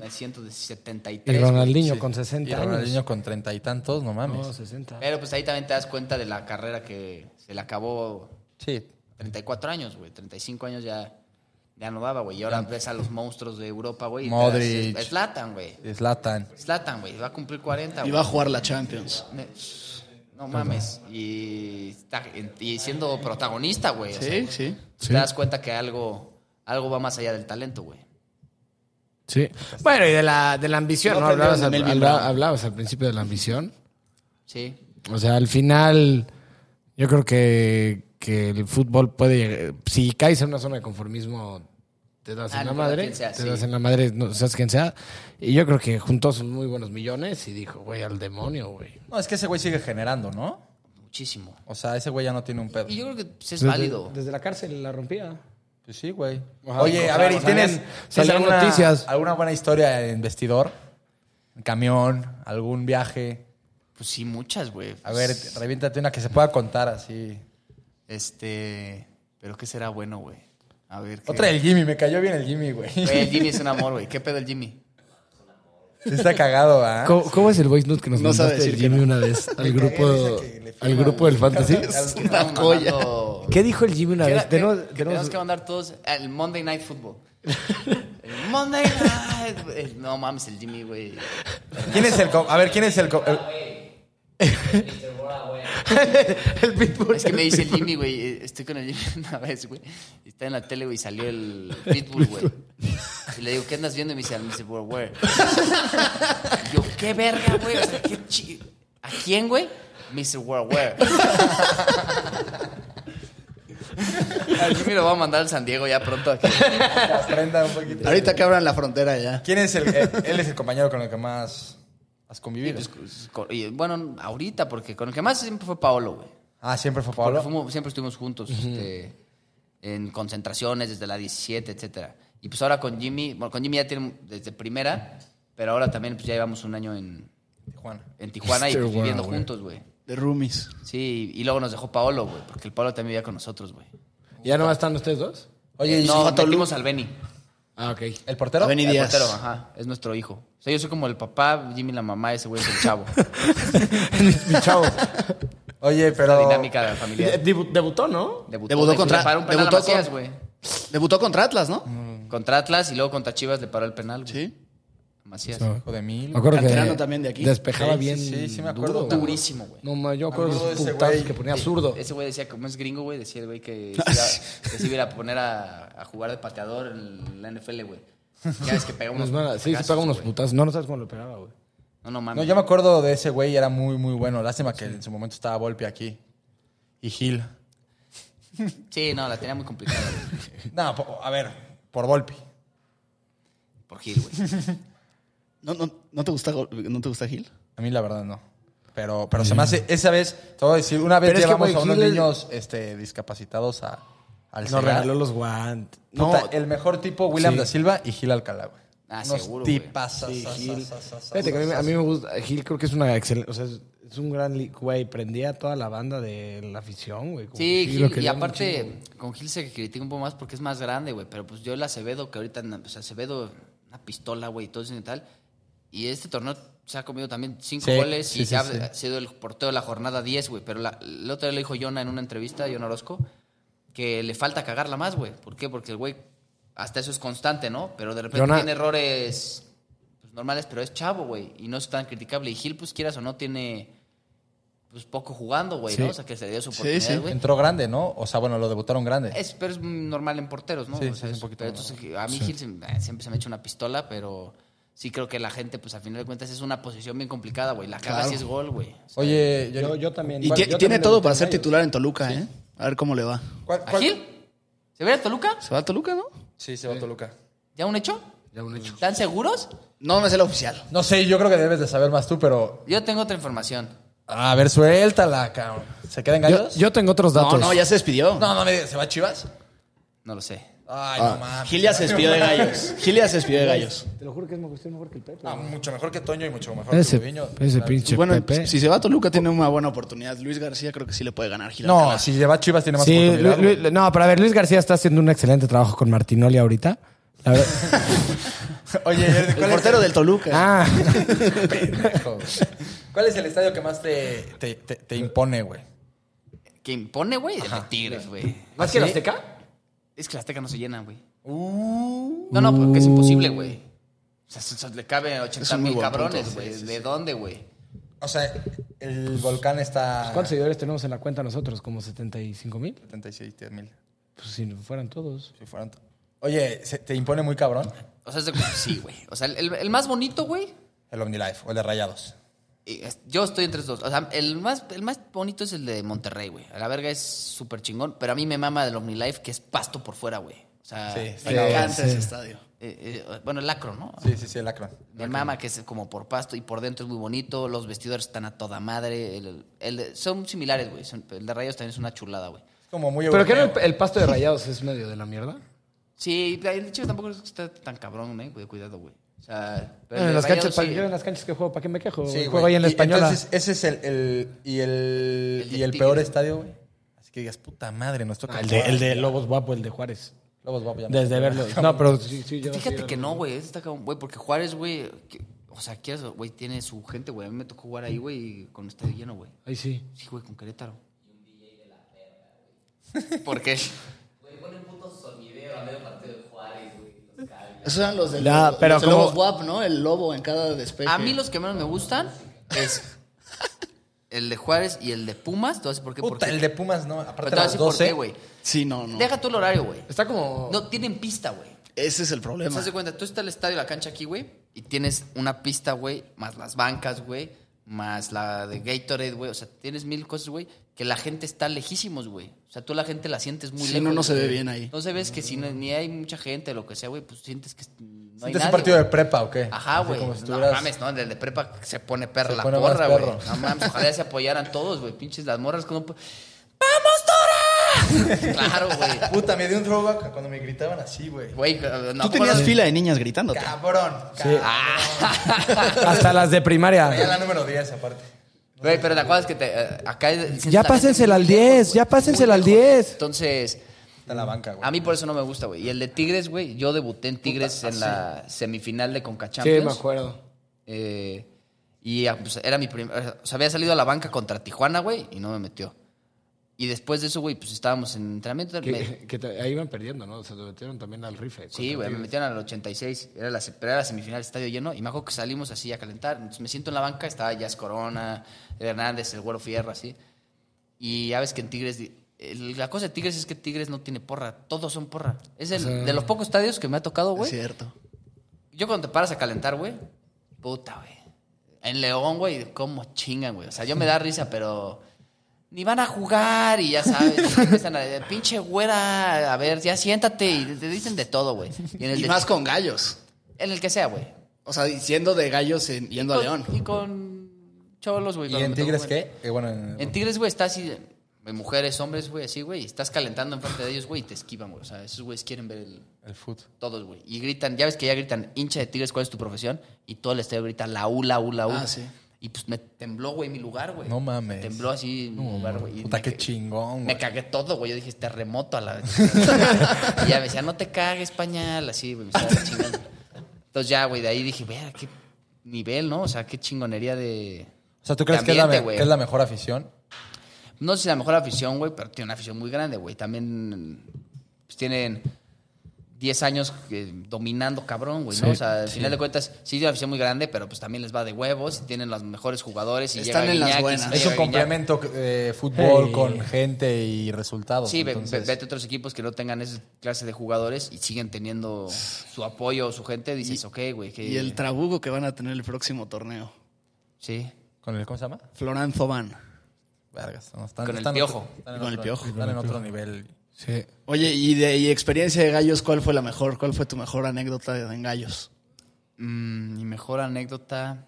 Speaker 4: me siento de 73.
Speaker 3: Y
Speaker 4: güey.
Speaker 3: Ronaldinho con
Speaker 1: Y
Speaker 3: 60 años.
Speaker 1: Ronaldinho con treinta y tantos, no mames.
Speaker 3: No, 60.
Speaker 4: Pero pues ahí también te das cuenta de la carrera que se le acabó
Speaker 1: Sí.
Speaker 4: 34 años, güey. 35 años ya, ya no daba, güey. Y ahora ves a los monstruos de Europa, güey. y te
Speaker 1: Modric.
Speaker 4: das- Zlatan, güey.
Speaker 1: Zlatan.
Speaker 4: Zlatan, güey. Va a cumplir 40,
Speaker 2: Y
Speaker 4: güey.
Speaker 2: va a jugar la Champions.
Speaker 4: Ne- No mames. Y, está- y siendo protagonista, güey. o sea,
Speaker 2: Sí, sí.
Speaker 4: Te das cuenta que algo, algo va más allá del talento, güey.
Speaker 3: Sí. Bueno, y de la, de la ambición,
Speaker 2: No
Speaker 3: ¿no? Hablabas al,
Speaker 2: aprendieron de Melvin
Speaker 3: habla-
Speaker 2: Brown.
Speaker 3: hablabas al principio de la ambición.
Speaker 4: Sí.
Speaker 3: O sea, al final, yo creo que
Speaker 6: que el fútbol puede llegar- Si caes en una zona de conformismo, te das
Speaker 4: Ah,
Speaker 6: en la
Speaker 4: no,
Speaker 6: madre.
Speaker 4: quien sea,
Speaker 6: te
Speaker 4: sí.
Speaker 6: das en la madre, no seas quien sea. Y yo creo que juntó sus muy buenos millones y dijo, güey, al demonio, güey.
Speaker 1: No, es que ese güey sigue generando, ¿no?
Speaker 4: Muchísimo.
Speaker 1: O sea, ese güey ya no tiene un pedo.
Speaker 4: Y yo creo que pues, es válido.
Speaker 6: Desde la cárcel la rompía.
Speaker 1: Pues sí, güey. Oye,
Speaker 6: Ajá,
Speaker 1: a ver, ¿y
Speaker 6: salían-
Speaker 1: tienes, tienes
Speaker 6: salían
Speaker 1: alguna,
Speaker 6: noticias.
Speaker 1: alguna buena historia en vestidor? ¿En camión? ¿Algún viaje?
Speaker 4: Pues sí, muchas, güey.
Speaker 1: A ver,
Speaker 4: Pues,
Speaker 1: reviéntate una que se pueda contar así.
Speaker 4: Este. Pero qué será bueno, güey. A ver. ¿qué-
Speaker 1: Otra del Jimmy, me cayó bien el Jimmy, güey.
Speaker 4: Güey, el Jimmy es un amor, güey. ¿Qué pedo el Jimmy?
Speaker 1: Sí está cagado, ¿ah?
Speaker 6: ¿Cómo, cómo es el voice note que nos
Speaker 2: No sabe
Speaker 6: mandaste del
Speaker 2: decir que
Speaker 6: Jimmy
Speaker 2: no.
Speaker 6: una vez al grupo, al grupo del fantasy?
Speaker 4: Es una
Speaker 2: joya.
Speaker 6: ¿Qué dijo el Jimmy una
Speaker 4: Que
Speaker 6: vez?
Speaker 4: era- eh, que-
Speaker 6: Tenemos-
Speaker 4: que
Speaker 6: tenemos-
Speaker 4: tenemos que mandar todos al Monday Night Football. El Monday Night. güey. No mames, el Jimmy, güey.
Speaker 1: ¿Quién es el co- A ver, ¿quién es el co- el-
Speaker 6: el pitbull.
Speaker 4: Es que me dice el Jimmy, güey. eh, Estoy con el Jimmy una vez, güey. y Está en la tele, güey, y salió el Pitbull, güey. Y le digo, ¿qué andas viendo? Y me dice, me dice, "Bro, where?" Y Yo, ¿qué verga, güey? O sea, qué chi- ¿A quién, güey? Me dice, where, where. Al Jimmy lo va a mandar al San Diego ya pronto. Aquí.
Speaker 1: que aprenda un poquito?
Speaker 2: Ahorita que abran la frontera ya.
Speaker 1: ¿Quién es el, el- Él es el compañero con el que más has convivido.
Speaker 4: Pues, con- y, bueno, ahorita, porque con el que más siempre fue Paolo, güey.
Speaker 1: Ah, siempre fue
Speaker 4: Porque
Speaker 1: Pablo.
Speaker 4: fuimos- siempre estuvimos juntos este, en concentraciones desde la 17, etcétera. Y pues ahora con Jimmy, bueno, con Jimmy ya tiene desde primera, pero ahora también pues ya llevamos un año en,
Speaker 1: Tijuana.
Speaker 4: en Tijuana y
Speaker 6: Este,
Speaker 4: pues,
Speaker 6: wow,
Speaker 4: viviendo
Speaker 6: güey.
Speaker 4: juntos, güey.
Speaker 2: De roomies.
Speaker 4: Sí, y luego nos dejó Paolo, güey, porque el Paolo también vivía con nosotros, güey.
Speaker 6: ¿Ya no están ustedes dos?
Speaker 1: Oye,
Speaker 4: Eh,
Speaker 1: ¿y
Speaker 4: no,
Speaker 1: Fato Lu-
Speaker 4: metimos al Benny.
Speaker 6: Ah, ok.
Speaker 1: ¿El portero?
Speaker 2: Benny
Speaker 4: El
Speaker 2: Díaz.
Speaker 4: portero, ajá, es nuestro hijo. O sea, yo soy como el papá, Jimmy la mamá, ese güey es el chavo.
Speaker 1: Mi chavo. Oye,
Speaker 4: la
Speaker 1: pero.
Speaker 4: dinámica familiar.
Speaker 6: Debu- debutó, ¿no?
Speaker 2: Debutó
Speaker 4: güey,
Speaker 2: contra-
Speaker 4: le paró un penal a
Speaker 2: debutó con-
Speaker 4: Macías, güey.
Speaker 2: Debutó contra Atlas, ¿no?
Speaker 4: Mm. Contra Atlas y luego contra Chivas le paró el penal. güey.
Speaker 2: Sí.
Speaker 4: Macías.
Speaker 1: Hijo de mil.
Speaker 6: Me acuerdo
Speaker 2: Canterano
Speaker 6: que
Speaker 2: también de aquí.
Speaker 6: despejaba
Speaker 1: Sí, sí,
Speaker 6: bien.
Speaker 1: sí, sí me acuerdo.
Speaker 6: duro.
Speaker 4: Durísimo, güey.
Speaker 6: No, ma, yo me
Speaker 1: Me
Speaker 6: acuerdo
Speaker 1: acuerdo
Speaker 6: de
Speaker 1: de
Speaker 6: esos
Speaker 1: ese
Speaker 6: putazos
Speaker 1: güey.
Speaker 6: que ponía zurdo.
Speaker 4: Ese güey decía, como es gringo, güey, decía el güey que se iba, que se iba a ir a poner a, a jugar de pateador en la NFL, güey. Ya ves que pega
Speaker 6: Nos
Speaker 4: unos
Speaker 6: van a- Sí, se
Speaker 4: putazos,
Speaker 6: pegaba unos
Speaker 4: güey.
Speaker 6: putas. No, no sabes cómo lo pegaba, güey.
Speaker 4: No, no
Speaker 1: No,
Speaker 4: mames.
Speaker 1: yo me acuerdo de ese güey, era muy, muy bueno. Lástima que en su momento estaba Volpi aquí. Y Gil.
Speaker 4: Sí, no, la tenía muy complicada, güey.
Speaker 1: No, po- a ver, por Volpi.
Speaker 4: Por Gil, güey.
Speaker 2: ¿No, no, no te gusta, Gol- ¿No te gusta Gil?
Speaker 1: A mí la verdad no. Pero, pero se me hace, esa vez, te voy a decir, una vez
Speaker 6: Pero es que,
Speaker 1: llevamos
Speaker 6: güey,
Speaker 1: a unos
Speaker 6: Gil es-
Speaker 1: niños este, discapacitados a, al
Speaker 6: Nos
Speaker 1: Segar.
Speaker 6: regaló los guantes. No,
Speaker 1: Puta, el mejor tipo, William da Silva y Gil Alcalá, güey.
Speaker 4: Ah,
Speaker 1: Unos
Speaker 4: seguro, güey.
Speaker 1: tipazas,
Speaker 6: Sí,
Speaker 1: sas,
Speaker 6: Gil.
Speaker 1: sas, sas, sas,
Speaker 6: Fíjate que a mí,
Speaker 1: sas,
Speaker 6: a mí me gusta. Gil creo que es una excelente. O sea, es, es un gran. li- Güey, prendía a toda la banda de la afición, güey. como que
Speaker 4: Sí,
Speaker 6: lo
Speaker 4: Gil, y
Speaker 6: querían un
Speaker 4: aparte,
Speaker 6: chingo, güey.
Speaker 4: con Gil se critica un poco más porque es más grande, güey. Pero pues yo el Acevedo, que ahorita, pues Acevedo, una pistola, güey, y todo eso y tal. Y este torneo se ha comido también cinco
Speaker 1: Sí,
Speaker 4: goles
Speaker 1: sí,
Speaker 4: y
Speaker 1: sí,
Speaker 4: se ha
Speaker 1: sí.
Speaker 4: ha sido el portero de la jornada 10, güey. Pero la, el otro día le dijo Jonah en una entrevista, Jonah Orozco, que le falta cagarla más, güey. ¿Por qué? Porque el güey, hasta eso es constante, ¿no? Pero de repente
Speaker 6: Jonah-
Speaker 4: tiene errores pues, normales, pero es chavo, güey. Y no es tan criticable. Y Gil, pues quieras o no, tiene pues poco jugando, güey,
Speaker 6: Sí.
Speaker 4: ¿no? O sea, que se le dio su
Speaker 2: Sí,
Speaker 4: oportunidad,
Speaker 2: sí.
Speaker 4: güey.
Speaker 1: Entró grande, ¿no? O sea, bueno, lo debutaron grande.
Speaker 4: Es, pero es normal en porteros, ¿no?
Speaker 1: Sí,
Speaker 4: O
Speaker 1: sí,
Speaker 4: sea,
Speaker 1: es un
Speaker 4: es-
Speaker 1: poquito
Speaker 4: pero
Speaker 1: normal.
Speaker 4: entonces, a mí Gil se- eh, siempre se me echa una pistola, pero sí creo que la gente, pues al final de cuentas, es una posición bien complicada, güey. La caga
Speaker 2: Claro.
Speaker 4: si es gol, güey.
Speaker 1: Oye,
Speaker 6: Yo, yo también.
Speaker 2: Y,
Speaker 6: Bueno,
Speaker 2: ti-
Speaker 6: yo
Speaker 2: tiene
Speaker 6: también
Speaker 2: todo
Speaker 6: debuté
Speaker 2: para
Speaker 6: en
Speaker 2: ser
Speaker 6: ellos.
Speaker 2: titular en Toluca, ¿eh? A ver cómo le va.
Speaker 1: ¿Cuál-
Speaker 4: ¿A
Speaker 1: cuál-
Speaker 4: Gil? ¿Se ve a Toluca?
Speaker 2: ¿Se va a Toluca, no?
Speaker 1: Sí, se va a Toluca.
Speaker 4: ¿Ya un hecho?
Speaker 6: Ya un hecho.
Speaker 4: ¿Están seguros?
Speaker 2: No, no es el oficial.
Speaker 1: No sé, yo creo que debes de saber más tú, pero...
Speaker 4: Yo tengo otra información.
Speaker 1: A ver, suéltala, cabrón. ¿Se quedan
Speaker 6: Yo,
Speaker 1: gallos?
Speaker 6: yo tengo otros datos.
Speaker 2: No, no, ya se despidió.
Speaker 1: No, no me digas, ¿se va a Chivas?
Speaker 4: No lo sé.
Speaker 1: Ay,
Speaker 6: Ah.
Speaker 1: no mames.
Speaker 2: Gil ya se despidió de gallos. Gil ya se despidió de gallos.
Speaker 6: Te lo juro que es mejor, estoy mejor que el Pepe.
Speaker 1: Ah, mucho mejor que Toño y mucho mejor que
Speaker 6: Ese,
Speaker 1: Gudiño.
Speaker 6: ese pinche
Speaker 2: Bueno,
Speaker 6: Pepe.
Speaker 2: si se va a Toluca tiene una buena oportunidad. Luis García creo que sí le puede ganar Gil.
Speaker 1: No,
Speaker 2: Alcalá.
Speaker 1: si lleva a Chivas tiene más
Speaker 6: Sí,
Speaker 1: oportunidad.
Speaker 6: Lu- Lu-
Speaker 1: güey.
Speaker 6: no, pero a ver, Luis García está haciendo un excelente trabajo con Martinoli ahorita. La ver-
Speaker 1: Oye, ¿cuál
Speaker 2: El
Speaker 1: es
Speaker 2: portero del Toluca.
Speaker 6: ah,
Speaker 1: Hijo. ¿Cuál es el estadio que más te, te, te- te impone, güey?
Speaker 4: ¿Qué impone, güey? El de Tigres, güey.
Speaker 1: ¿Más que el Azteca?
Speaker 4: Es que la Azteca no se llena, güey.
Speaker 1: Uh.
Speaker 4: No, no, porque es imposible, güey. O sea, se- se- le caben 80
Speaker 2: un muy
Speaker 4: mil
Speaker 2: buen
Speaker 4: cabrones,
Speaker 2: punto.
Speaker 4: güey. ¿De dónde, güey?
Speaker 1: O sea, el volcán está...
Speaker 6: ¿Cuántos seguidores tenemos en la cuenta nosotros? ¿Como 75 mil?
Speaker 1: 76 mil.
Speaker 6: Pues si fueran todos.
Speaker 1: Si fueran... to- Oye, ¿se- ¿te impone muy cabrón
Speaker 4: O sea, es de- sí, güey. O sea, el, el más bonito, güey,
Speaker 1: el OmniLife o el de Rayados?
Speaker 4: y es- yo estoy entre esos dos. O sea, el más, el más bonito es el de Monterrey, güey. A la verga es súper chingón, pero a mí me mama del OmniLife que es pasto por fuera, güey. O sea,
Speaker 1: Sí,
Speaker 4: eh,
Speaker 1: sí,
Speaker 2: Me encanta ese estadio.
Speaker 4: eh, bueno, el acro, ¿no?
Speaker 1: sí, sí, sí, el Akron.
Speaker 4: Me mama que es como por pasto y por dentro es muy bonito. Los vestidores están a toda madre. El- el- son similares, güey. Son- El de Rayos también es una chulada, güey.
Speaker 1: Es como muy
Speaker 6: Pero que
Speaker 1: europeo.
Speaker 6: el, el pasto de rayados es medio de la mierda.
Speaker 4: Sí, el Chivas tampoco es que está tan cabrón, eh, güey. Cuidado, güey. O sea, pero
Speaker 6: Bueno,
Speaker 4: el de
Speaker 6: en Eh, las
Speaker 4: Rayados
Speaker 6: canchas, pa-
Speaker 4: sí.
Speaker 6: yo en las canchas que juego, ¿para qué me quejo?
Speaker 1: Sí,
Speaker 6: juego
Speaker 1: güey.
Speaker 6: ahí en la
Speaker 1: Y
Speaker 6: española.
Speaker 1: Entonces, ese es el, el- y el,
Speaker 4: El de
Speaker 1: y el
Speaker 4: Tigres.
Speaker 1: peor estadio, güey. Así que digas, puta madre, nos toca.
Speaker 6: Ah, el, de, el de Lobos Guapo, el de Juárez.
Speaker 1: Lobos Guapo ya no
Speaker 6: Desde
Speaker 1: toca.
Speaker 6: verlo. No, pero sí, sí, yo
Speaker 4: Fíjate que no, güey. ese Está cabrón, güey, porque Juárez, güey. que- O sea, quieres, güey, tiene su gente, güey. A mí me tocó jugar ahí, güey, y con estadio lleno, güey.
Speaker 6: Ahí sí.
Speaker 4: Sí, güey, con Querétaro. ¿Por qué?
Speaker 2: Esos eran los del
Speaker 6: Ya, pero
Speaker 2: los del
Speaker 6: como-
Speaker 2: lobo guap, ¿no? El lobo en cada despeje.
Speaker 4: A mí los que menos me gustan es el de Juárez y el de Pumas. Te voy a decir por qué.
Speaker 1: Puta,
Speaker 4: porque-
Speaker 1: el de Pumas, no.
Speaker 4: Pero
Speaker 1: Aparte
Speaker 4: te
Speaker 1: de
Speaker 4: voy a
Speaker 1: las
Speaker 4: decir por
Speaker 1: 12.
Speaker 4: qué, güey.
Speaker 2: Sí, no, no.
Speaker 4: Deja tú el horario, güey.
Speaker 6: Está como.
Speaker 4: No, tienen pista, güey.
Speaker 2: Ese es el
Speaker 4: ¿Te
Speaker 2: problema.
Speaker 4: das cuenta? Tú estás el estadio, la cancha aquí, güey, y tienes una pista, güey, más las bancas, güey, más la de Gatorade, güey. O sea, tienes mil cosas, güey, que la gente está lejísimos, güey. O sea, tú la gente la sientes muy
Speaker 2: Sí,
Speaker 4: lejos.
Speaker 2: no, no se
Speaker 4: güey.
Speaker 2: ve bien ahí.
Speaker 4: Entonces ves que si no- ni hay mucha gente, lo que sea, güey, pues sientes que no hay
Speaker 1: ¿Sientes
Speaker 4: nadie,
Speaker 1: un ¿Este partido
Speaker 4: güey.
Speaker 1: de prepa o qué?
Speaker 4: Ajá,
Speaker 1: Así
Speaker 4: güey.
Speaker 1: como si
Speaker 4: no
Speaker 1: estuvieras-
Speaker 4: mames, ¿no? En el de prepa se pone perra
Speaker 1: Se
Speaker 4: la
Speaker 1: pone
Speaker 4: porra,
Speaker 1: más
Speaker 4: güey.
Speaker 1: perro.
Speaker 4: No mames, ojalá se apoyaran todos, güey. Pinches las morras que no... pu- ¡Vamos, Dora! claro, güey.
Speaker 1: Puta, me dio un throwback a cuando me gritaban así, güey.
Speaker 4: Güey, no,
Speaker 2: Tú tenías
Speaker 4: no-
Speaker 2: fila de niñas gritándote.
Speaker 1: Cabrón.
Speaker 6: Hasta las de
Speaker 1: Era
Speaker 6: primaria.
Speaker 1: la número 10, aparte.
Speaker 4: Güey, pero la cosa es que te, eh, acá...
Speaker 6: Ya pásensela al 10, ya pásensela al 10.
Speaker 4: Entonces,
Speaker 1: Está en la banca, güey.
Speaker 4: a mí por eso no me gusta, güey. Y el de Tigres, güey, yo debuté en Tigres en la semifinal de Conca
Speaker 6: Sí,
Speaker 4: Champions.
Speaker 6: me acuerdo.
Speaker 4: Eh, y ah, pues, era mi primer... O sea, había salido a la banca contra Tijuana, güey, y no me metió. Y después de eso, güey, pues estábamos en entrenamiento. me-
Speaker 6: Que, que te- ahí iban perdiendo, ¿no? Se metieron también al rifle.
Speaker 4: Sí, güey, me metieron al 86. Era la, se- pero era la semifinal, estadio lleno. Y me acuerdo que salimos así a calentar. Entonces me siento en la banca, estaba Jazz Corona, Hernández, el Güero Fierro, así. Y ya ves que en Tigres. di- el- La cosa de Tigres es que Tigres no tiene porra. Todos son porra. Es el, de los pocos estadios que me ha tocado,
Speaker 2: Es
Speaker 4: güey.
Speaker 2: cierto.
Speaker 4: Yo cuando te paras a calentar, güey. Puta, güey. En León, güey, cómo chingan, güey. O sea, yo me da risa, pero. Ni van a jugar y ya sabes. empiezan a, pinche güera, a ver, ya siéntate. Y te dicen de todo, güey. Y en el
Speaker 2: Y
Speaker 4: de
Speaker 2: más con gallos.
Speaker 4: en el que sea, güey.
Speaker 2: O sea, diciendo de gallos en- yendo a
Speaker 4: Con-
Speaker 2: León.
Speaker 4: Y con cholos, güey.
Speaker 1: ¿Y
Speaker 4: cuando
Speaker 1: en
Speaker 4: me tocó,
Speaker 1: Tigres
Speaker 4: güey.
Speaker 1: qué? Eh, bueno, en-
Speaker 4: En Tigres, güey, está así. de- de Mujeres, hombres, güey, así, güey. y Estás calentando enfrente de ellos, güey, y te esquivan, güey. O sea, esos güeyes quieren ver el-
Speaker 1: el foot.
Speaker 4: todos, güey. Y gritan, ya ves que ya gritan, hincha de Tigres, ¿cuál es tu profesión? Y todo el estadio grita, la U, la U, la U.
Speaker 2: Ah, sí.
Speaker 4: Y pues me tembló, güey, mi lugar, güey.
Speaker 1: No mames.
Speaker 4: Me tembló así mi lugar, güey. y
Speaker 1: Puta,
Speaker 4: me
Speaker 1: qué
Speaker 4: ca-
Speaker 1: chingón,
Speaker 4: Me
Speaker 1: güey.
Speaker 4: cagué todo, güey. Yo dije, terremoto a la Y ya me decía, no te cagues, pañal. Así, güey, me estaba chingando. Entonces ya, güey, de ahí dije, vea, qué nivel, ¿no? O sea, qué chingonería de.
Speaker 1: O sea, ¿tú crees
Speaker 4: de
Speaker 1: que es, la
Speaker 4: ambiente,
Speaker 1: me-
Speaker 4: güey.
Speaker 1: que es la mejor afición?
Speaker 4: No sé si la mejor afición, güey, pero tiene una afición muy grande, güey. También pues, tienen 10 años eh, dominando cabrón, güey, ¿no? O sea, al final de cuentas, sí es una afición muy grande, pero pues también les va de huevos y tienen los mejores jugadores y
Speaker 2: Están
Speaker 4: llega
Speaker 2: en las
Speaker 4: Guiñac y
Speaker 2: buenas.
Speaker 4: si no
Speaker 1: Es un
Speaker 4: llega Guiñac-
Speaker 1: complemento eh, fútbol
Speaker 6: Hey.
Speaker 1: con gente y resultados.
Speaker 4: Sí, ve- ve-
Speaker 1: entonces-
Speaker 4: vete a otros equipos que no tengan esa clase de jugadores y siguen teniendo su apoyo o su gente. Dices, ok, güey. que-
Speaker 2: Y el trabugo que van a tener el próximo torneo.
Speaker 4: Sí.
Speaker 1: ¿Con el, ¿Cómo se llama?
Speaker 2: Florán Zobán.
Speaker 1: Vergas. no, están,
Speaker 4: Con el
Speaker 1: están-
Speaker 4: piojo.
Speaker 1: están en
Speaker 2: Con el
Speaker 1: otro-
Speaker 2: piojo.
Speaker 1: Están en otro nivel.
Speaker 6: Sí.
Speaker 2: Oye, y de y experiencia de gallos, ¿cuál fue la mejor? ¿Cuál fue tu mejor anécdota en gallos?
Speaker 4: Mm, mi mejor anécdota.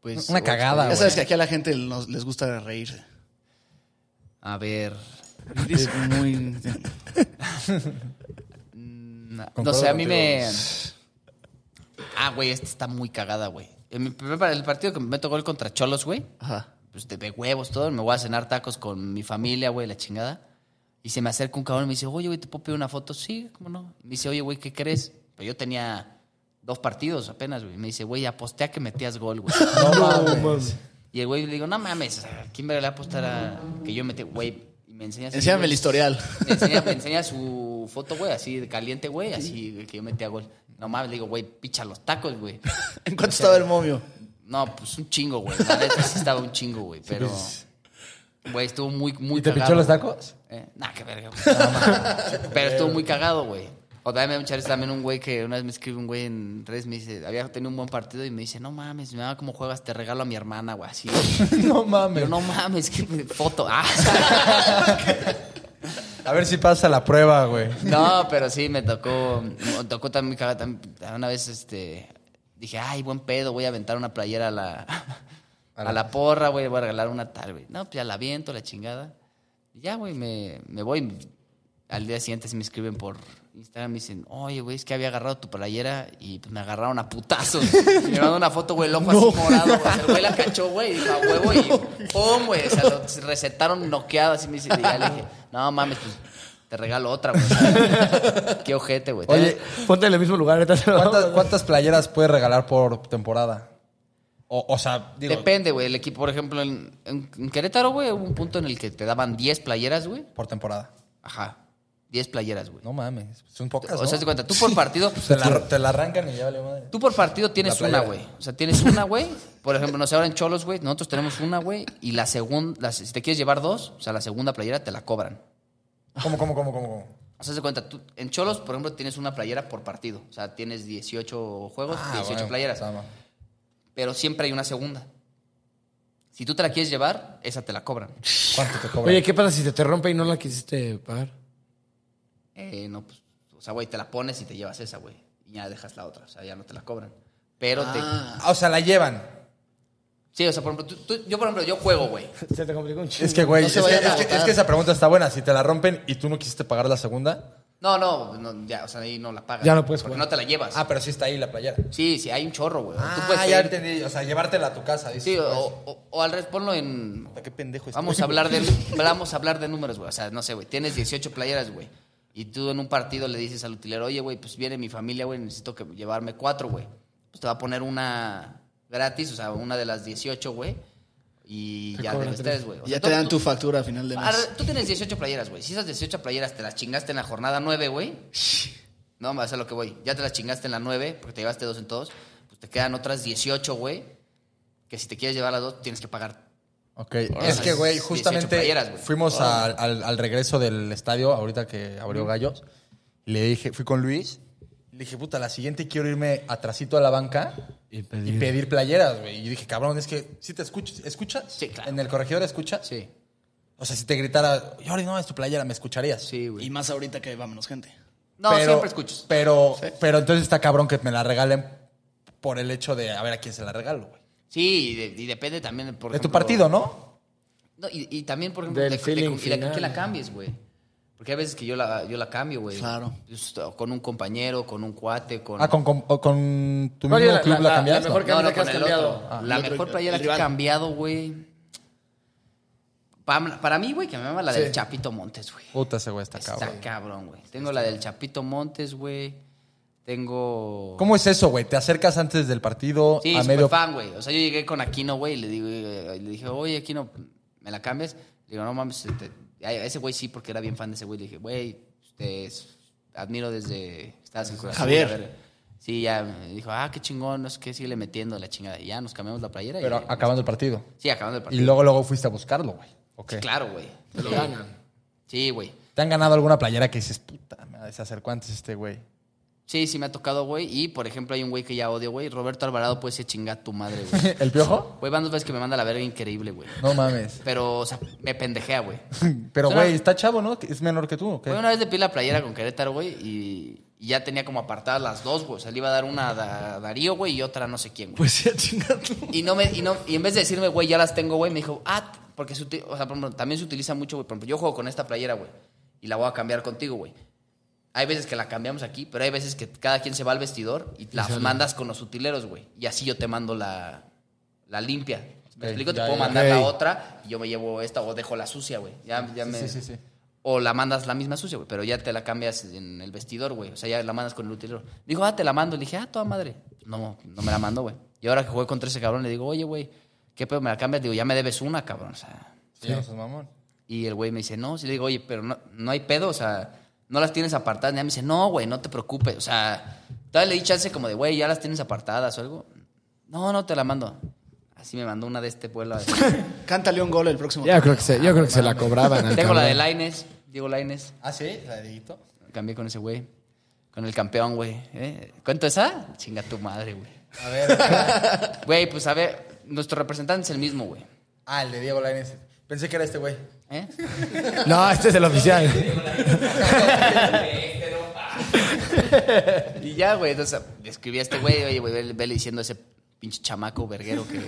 Speaker 4: Pues.
Speaker 1: Una cagada,
Speaker 2: Ya
Speaker 1: güey.
Speaker 2: sabes que aquí a la gente nos- les gusta reírse.
Speaker 4: A ver.
Speaker 2: Es muy...
Speaker 4: Mm, No
Speaker 1: Concuerdo
Speaker 4: sé, a mí
Speaker 1: contigo.
Speaker 4: me. Ah, güey, esta está muy cagada, güey. En mi primer par- el partido que me tocó el contra Cholos, güey.
Speaker 2: Ajá.
Speaker 4: Pues de, de huevos, todo. Me voy a cenar tacos con mi familia, güey, la chingada. Y se me acerca un cabrón y me dice, oye, güey, ¿te puedo pedir una foto? Sí, ¿cómo no? Me dice, oye, güey, ¿qué crees? Pero yo tenía dos partidos apenas, güey. Me dice, güey, apostea que metías gol, güey. Y el güey le digo, no mames, ¿quién me le va a apostar a que yo metí, güey? Y me enseña así,
Speaker 2: Enséñame
Speaker 4: güey.
Speaker 2: el historial.
Speaker 4: Me enseña, me enseña su foto, güey, así de caliente, güey, así de que yo metí a gol. No mames, le digo, güey, picha los tacos, güey.
Speaker 2: ¿En cuánto estaba el momio?
Speaker 4: No, pues un chingo, güey. La neta sí estaba un chingo, güey, pero. Güey, estuvo muy,
Speaker 1: pues,
Speaker 4: muy
Speaker 1: ¿Y te
Speaker 4: cagado,
Speaker 1: pinchó los
Speaker 4: güey.
Speaker 1: tacos?
Speaker 4: Eh, nah, qué verga, güey. No, mames. Pero estuvo muy cagado, güey. O también me da mucha también un güey que una vez me escribe un güey en redes, me dice, había tenido un buen partido y me dice, no mames, me da como juegas, te regalo a mi hermana, güey, así.
Speaker 1: no mames.
Speaker 4: Pero no mames, qué foto. Ah.
Speaker 1: A ver si pasa la prueba, güey.
Speaker 4: No, pero sí, me tocó, me tocó también, caga- tam- una vez, este, dije, ay, buen pedo, voy a aventar una playera a la, a la porra, güey, voy a regalar una tal, güey. No, pues ya la aviento, la chingada. Y ya, güey, me, me voy. Al día siguiente se me escriben por Instagram, me dicen, oye, güey, es que había agarrado tu playera y pues me agarraron a putazos. Y me mandó una foto, güey, el ojo así morado, güey. El güey la cachó, güey, y dijo, a huevo, y pum, güey. O sea, lo recetaron noqueado, así me dice, y ya le dije, no mames, pues te regalo otra, güey. Qué ojete, güey.
Speaker 1: Oye,
Speaker 6: Ponte en el mismo lugar. ahorita se lo-
Speaker 1: ¿cuántas, cuántas playeras puedes regalar por temporada? O, o sea, digo,
Speaker 4: Depende, güey. El equipo, por ejemplo, en, en- en Querétaro, güey, hubo un punto en el que te daban 10 playeras, güey.
Speaker 1: por temporada.
Speaker 4: Ajá. 10 playeras, güey.
Speaker 1: No mames, son pocas,
Speaker 4: o
Speaker 1: ¿no?
Speaker 4: sea, te cuenta, tú por partido.
Speaker 1: te, la, te la arrancan y ya vale madre.
Speaker 4: Tú por partido tienes
Speaker 1: La
Speaker 4: una,
Speaker 1: playera.
Speaker 4: güey. O sea, tienes una, güey. Por ejemplo, no sé, ahora en Cholos, güey, nosotros tenemos una, güey, y la segunda, si te quieres llevar dos, o sea, la segunda playera te la cobran.
Speaker 1: ¿Cómo, cómo, cómo, cómo? cómo?
Speaker 4: O sea, haz de cuenta, tú, en Cholos, por ejemplo, tienes una playera por partido. O sea, tienes 18 juegos,
Speaker 1: Ah,
Speaker 4: 18
Speaker 1: bueno,
Speaker 4: playeras.
Speaker 1: está mal.
Speaker 4: Pero siempre hay una segunda. Si tú te la quieres llevar, esa te la cobran.
Speaker 1: ¿Cuánto te cobran?
Speaker 6: Oye, ¿qué pasa si se te rompe y no la quisiste pagar?
Speaker 4: Eh, no, pues, o sea, güey, te la pones y te llevas esa, güey. Y ya dejas la otra, o sea, ya no te la cobran. Pero te...
Speaker 1: Ah, o sea, la llevan.
Speaker 4: Sí, o sea, por ejemplo, tú- tú- yo, por ejemplo, yo juego, güey.
Speaker 6: Se te complicó un chingo.
Speaker 1: Es que, güey,
Speaker 2: No
Speaker 1: es,
Speaker 2: se
Speaker 1: que,
Speaker 2: vayan a
Speaker 1: es que-
Speaker 2: botar.
Speaker 1: es que esa pregunta está buena. Si te la rompen y tú no quisiste pagar la segunda.
Speaker 4: No, no, no, ya, o sea, ahí no la pagas.
Speaker 6: Ya no puedes
Speaker 4: Porque
Speaker 6: jugar.
Speaker 4: no te la llevas.
Speaker 1: Ah, pero sí está ahí la playera.
Speaker 4: Sí, sí, hay un chorro, güey.
Speaker 1: Ah,
Speaker 4: tú puedes
Speaker 1: ya
Speaker 4: pedir-
Speaker 1: entendí. O sea, llevártela a tu casa. dices,
Speaker 4: Sí, o,
Speaker 1: pues.
Speaker 4: o- o al revés, ponlo en...
Speaker 1: Puta, Qué pendejo estoy.
Speaker 4: Vamos a hablar de, vamos a hablar de números, güey. O sea, no sé, güey, tienes 18 playeras, güey. Y tú en un partido le dices al utilero, oye, güey, pues viene mi familia, güey, necesito que llevarme cuatro, güey. Pues te va a poner una gratis, o sea, una de las 18, güey. Y ya te tres, güey. O
Speaker 2: Ya
Speaker 4: sea,
Speaker 2: te
Speaker 4: tú-
Speaker 2: dan
Speaker 4: tú-
Speaker 2: tu factura a final de mes.
Speaker 4: Ahora, tú tienes 18 playeras, güey. Si esas 18 playeras te las chingaste en la jornada 9, güey. No, me a lo que voy. Ya te las chingaste en la 9, porque te llevaste dos en todos. Pues te quedan otras 18, güey. Que si te quieres llevar las dos, tienes que pagar.
Speaker 1: Ok, es que, güey,
Speaker 4: 18
Speaker 1: justamente
Speaker 4: playeras, güey.
Speaker 1: fuimos al, al- al regreso del estadio, ahorita que abrió Gallos. y Le dije, fui con Luis. Le dije, puta, la siguiente quiero irme atrasito a la banca y pedir, playeras, güey. Y yo dije, cabrón, es que si te escuchas, ¿escuchas?
Speaker 4: Sí, claro.
Speaker 1: En el corregidor escuchas.
Speaker 4: Sí,
Speaker 1: O sea, si te gritara, Jordi, no, es tu playera, me escucharías.
Speaker 4: sí, güey.
Speaker 2: Y más ahorita que va menos gente.
Speaker 4: No,
Speaker 1: Pero-
Speaker 4: siempre escuchas.
Speaker 1: Pero, pero entonces está cabrón que me la regalen por el hecho de a ver a quién se la regalo, güey.
Speaker 4: Sí, y, de- y depende también. Por
Speaker 1: De tu
Speaker 4: ejemplo-
Speaker 1: partido, ¿no?
Speaker 4: No, y, y también, por ejemplo,
Speaker 6: Del
Speaker 4: de, de-
Speaker 6: feeling
Speaker 4: y de-
Speaker 6: final.
Speaker 4: que la cambies, güey. Porque hay veces que yo la, yo la cambio, güey.
Speaker 2: Claro.
Speaker 4: Just- Con un compañero, con un cuate, con.
Speaker 1: Ah, con, con, o con tu
Speaker 6: ¿Cuál
Speaker 1: mismo
Speaker 6: era la-
Speaker 1: club
Speaker 6: la-
Speaker 1: la,
Speaker 6: la-
Speaker 1: cambiaste.
Speaker 6: la mejor
Speaker 4: No, no,
Speaker 6: que has
Speaker 4: con el
Speaker 6: cambiado.
Speaker 4: otro. la
Speaker 2: el otro,
Speaker 4: mejor
Speaker 2: el-
Speaker 4: playera
Speaker 2: el
Speaker 4: que he
Speaker 2: Iván.
Speaker 4: cambiado, güey. Para, para mí, güey, que me llama la del Chapito Montes, güey.
Speaker 1: Puta, ese güey está cabrón.
Speaker 4: Está cabrón, güey. Tengo la del Chapito Montes, güey. Tengo.
Speaker 1: ¿Cómo es eso, güey? ¿Te acercas antes del partido
Speaker 4: Sí,
Speaker 1: a
Speaker 4: super
Speaker 1: medio
Speaker 4: fan, güey. O sea, yo llegué con Aquino, güey, y le, digo, y le dije, oye, Aquino, ¿me la cambias? Le digo, no mames, este, a ese güey sí, porque era bien fan de ese güey. Le dije, güey, te es- admiro desde... Estabas en Cruz Azul,
Speaker 2: Javier.
Speaker 4: a ver". Sí, ya me dijo, ah, qué chingón, no sé qué, sigue metiendo la chingada. Y ya nos cambiamos la playera.
Speaker 1: pero
Speaker 4: y,
Speaker 1: acabando el partido?
Speaker 4: Sí, acabando el
Speaker 1: Y
Speaker 4: partido.
Speaker 1: luego luego fuiste a buscarlo, güey. Ok.
Speaker 4: Sí, Claro, güey. Te lo ganan. Sí, güey.
Speaker 1: ¿Te han ganado alguna playera que dices, puta, madre, se acercó antes este güey?
Speaker 4: Sí, sí me ha tocado, güey. Y, por ejemplo, hay un güey que ya odio, güey. Roberto Alvarado puede ser chinga tu madre, güey.
Speaker 1: ¿El piojo?
Speaker 4: Güey, van dos veces que me manda la verga increíble, güey.
Speaker 1: No mames.
Speaker 4: Pero, o sea, me pendejea, güey.
Speaker 1: Pero,
Speaker 4: Suena-
Speaker 1: güey, está chavo, ¿no? ¿Es menor que tú? ¿o qué?
Speaker 4: Güey, una vez le pillé la playera con Querétaro, güey, y, y ya tenía como apartadas las dos, güey. O sea, le iba a dar una a Da- Darío, güey, y otra a no sé quién, güey.
Speaker 6: Pues sí, a chingar tú.
Speaker 4: Y, no me, y, no, y en vez de decirme, güey, ya las tengo, güey, me dijo, ah, t- porque se uti- o sea, por ejemplo, también se utiliza mucho, güey. Por ejemplo, yo juego con esta playera, güey, y la voy a cambiar contigo, güey. Hay veces que la cambiamos aquí, pero hay veces que cada quien se va al vestidor y las mandas con los utileros, güey. Y así yo te mando la, la limpia. ¿Me
Speaker 1: Ok,
Speaker 4: explico?
Speaker 1: ya,
Speaker 4: te puedo
Speaker 1: ya.
Speaker 4: mandar la
Speaker 1: Ok.
Speaker 4: otra y yo me llevo esta o dejo la sucia, güey. Ya, ya me...
Speaker 1: Sí, sí, sí.
Speaker 4: O la mandas la misma sucia, güey, pero ya te la cambias en el vestidor, güey. O sea, ya la mandas con el utilero. Dijo, ah, te la mando. Le dije, ah, toda madre. No, no me la mando, güey. Y ahora que jugué contra ese cabrón, le digo, oye, güey, ¿qué pedo me la cambias? Digo, ya me debes una, cabrón. O sea,
Speaker 1: Sí, no seas mamón.
Speaker 4: y el güey me dice, no. Sí, le digo, oye, pero no, no hay pedo, o sea, no las tienes apartadas. Y ya me dice, no, güey, no te preocupes. O sea, todavía le di chance como de, güey, ya las tienes apartadas o algo. No, no, te la mando. Así me mandó una de este pueblo.
Speaker 2: Cántale un gol el próximo.
Speaker 6: Yo creo que se, yo creo que se la cobraban. al
Speaker 4: Tengo la de
Speaker 6: cabrón.
Speaker 4: Laines, Diego Laines.
Speaker 1: ¿Ah, sí? ¿La de Dieguito?
Speaker 4: Cambié con ese güey. con el campeón, güey. ¿Eh? ¿Cuánto esa? Chinga tu madre, güey.
Speaker 1: A ver.
Speaker 4: Güey, pues a ver, nuestro representante es el mismo, güey.
Speaker 1: ah, el de Diego Lainez. Pensé que era este güey.
Speaker 4: ¿Eh?
Speaker 6: No, este es el oficial.
Speaker 1: ah.
Speaker 4: Y ya, güey, entonces le escribí a este güey, oye, güey, vele, vele diciendo a ese pinche chamaco verguero que...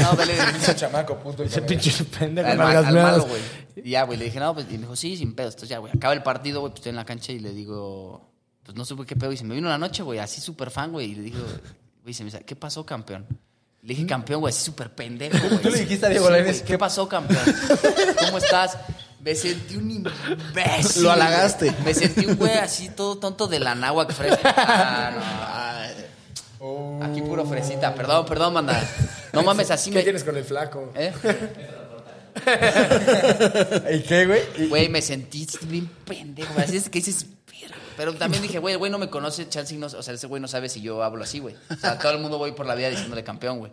Speaker 4: No, vele...
Speaker 1: Ese chamaco, punto. y
Speaker 6: Ese
Speaker 1: coma.
Speaker 6: pinche pendejo.
Speaker 4: Al, ma-
Speaker 6: nalgas
Speaker 4: al
Speaker 6: meadas.
Speaker 4: malo, güey. Y ya, güey, le dije, no, pues, y me dijo, sí, sin pedo. Entonces ya, güey, acaba el partido, güey, pues estoy en la cancha y le digo, pues no supe qué pedo. Y se me vino la noche, güey, así súper fan, güey. Y le digo, güey, se me dice, ¿qué pasó, campeón? Le dije, campeón, güey, así súper pendejo, güey.
Speaker 1: Tú le dijiste a Diego
Speaker 4: güey,
Speaker 1: Lainez,
Speaker 4: ¿qué
Speaker 1: ¿qué-
Speaker 4: pasó, campeón? ¿Cómo estás? Me sentí un imbécil.
Speaker 2: Lo halagaste.
Speaker 4: güey. Me sentí un güey así todo tonto de la nagua que fresca. Ah, no.
Speaker 1: Oh.
Speaker 4: Aquí puro fresita. Perdón, perdón, manda. No mames, así
Speaker 3: ¿Qué
Speaker 4: me...
Speaker 3: tienes con el flaco?
Speaker 4: ¿Eh?
Speaker 1: ¿Y qué, güey? Y-
Speaker 4: Güey, me sentí bien pendejo. güey. Así es que dices, "Verga". pero también dije, güey, el güey no me conoce, chance y no, o sea, ese güey no sabe si yo hablo así, güey. O sea, todo el mundo voy por la vida diciéndole campeón, güey.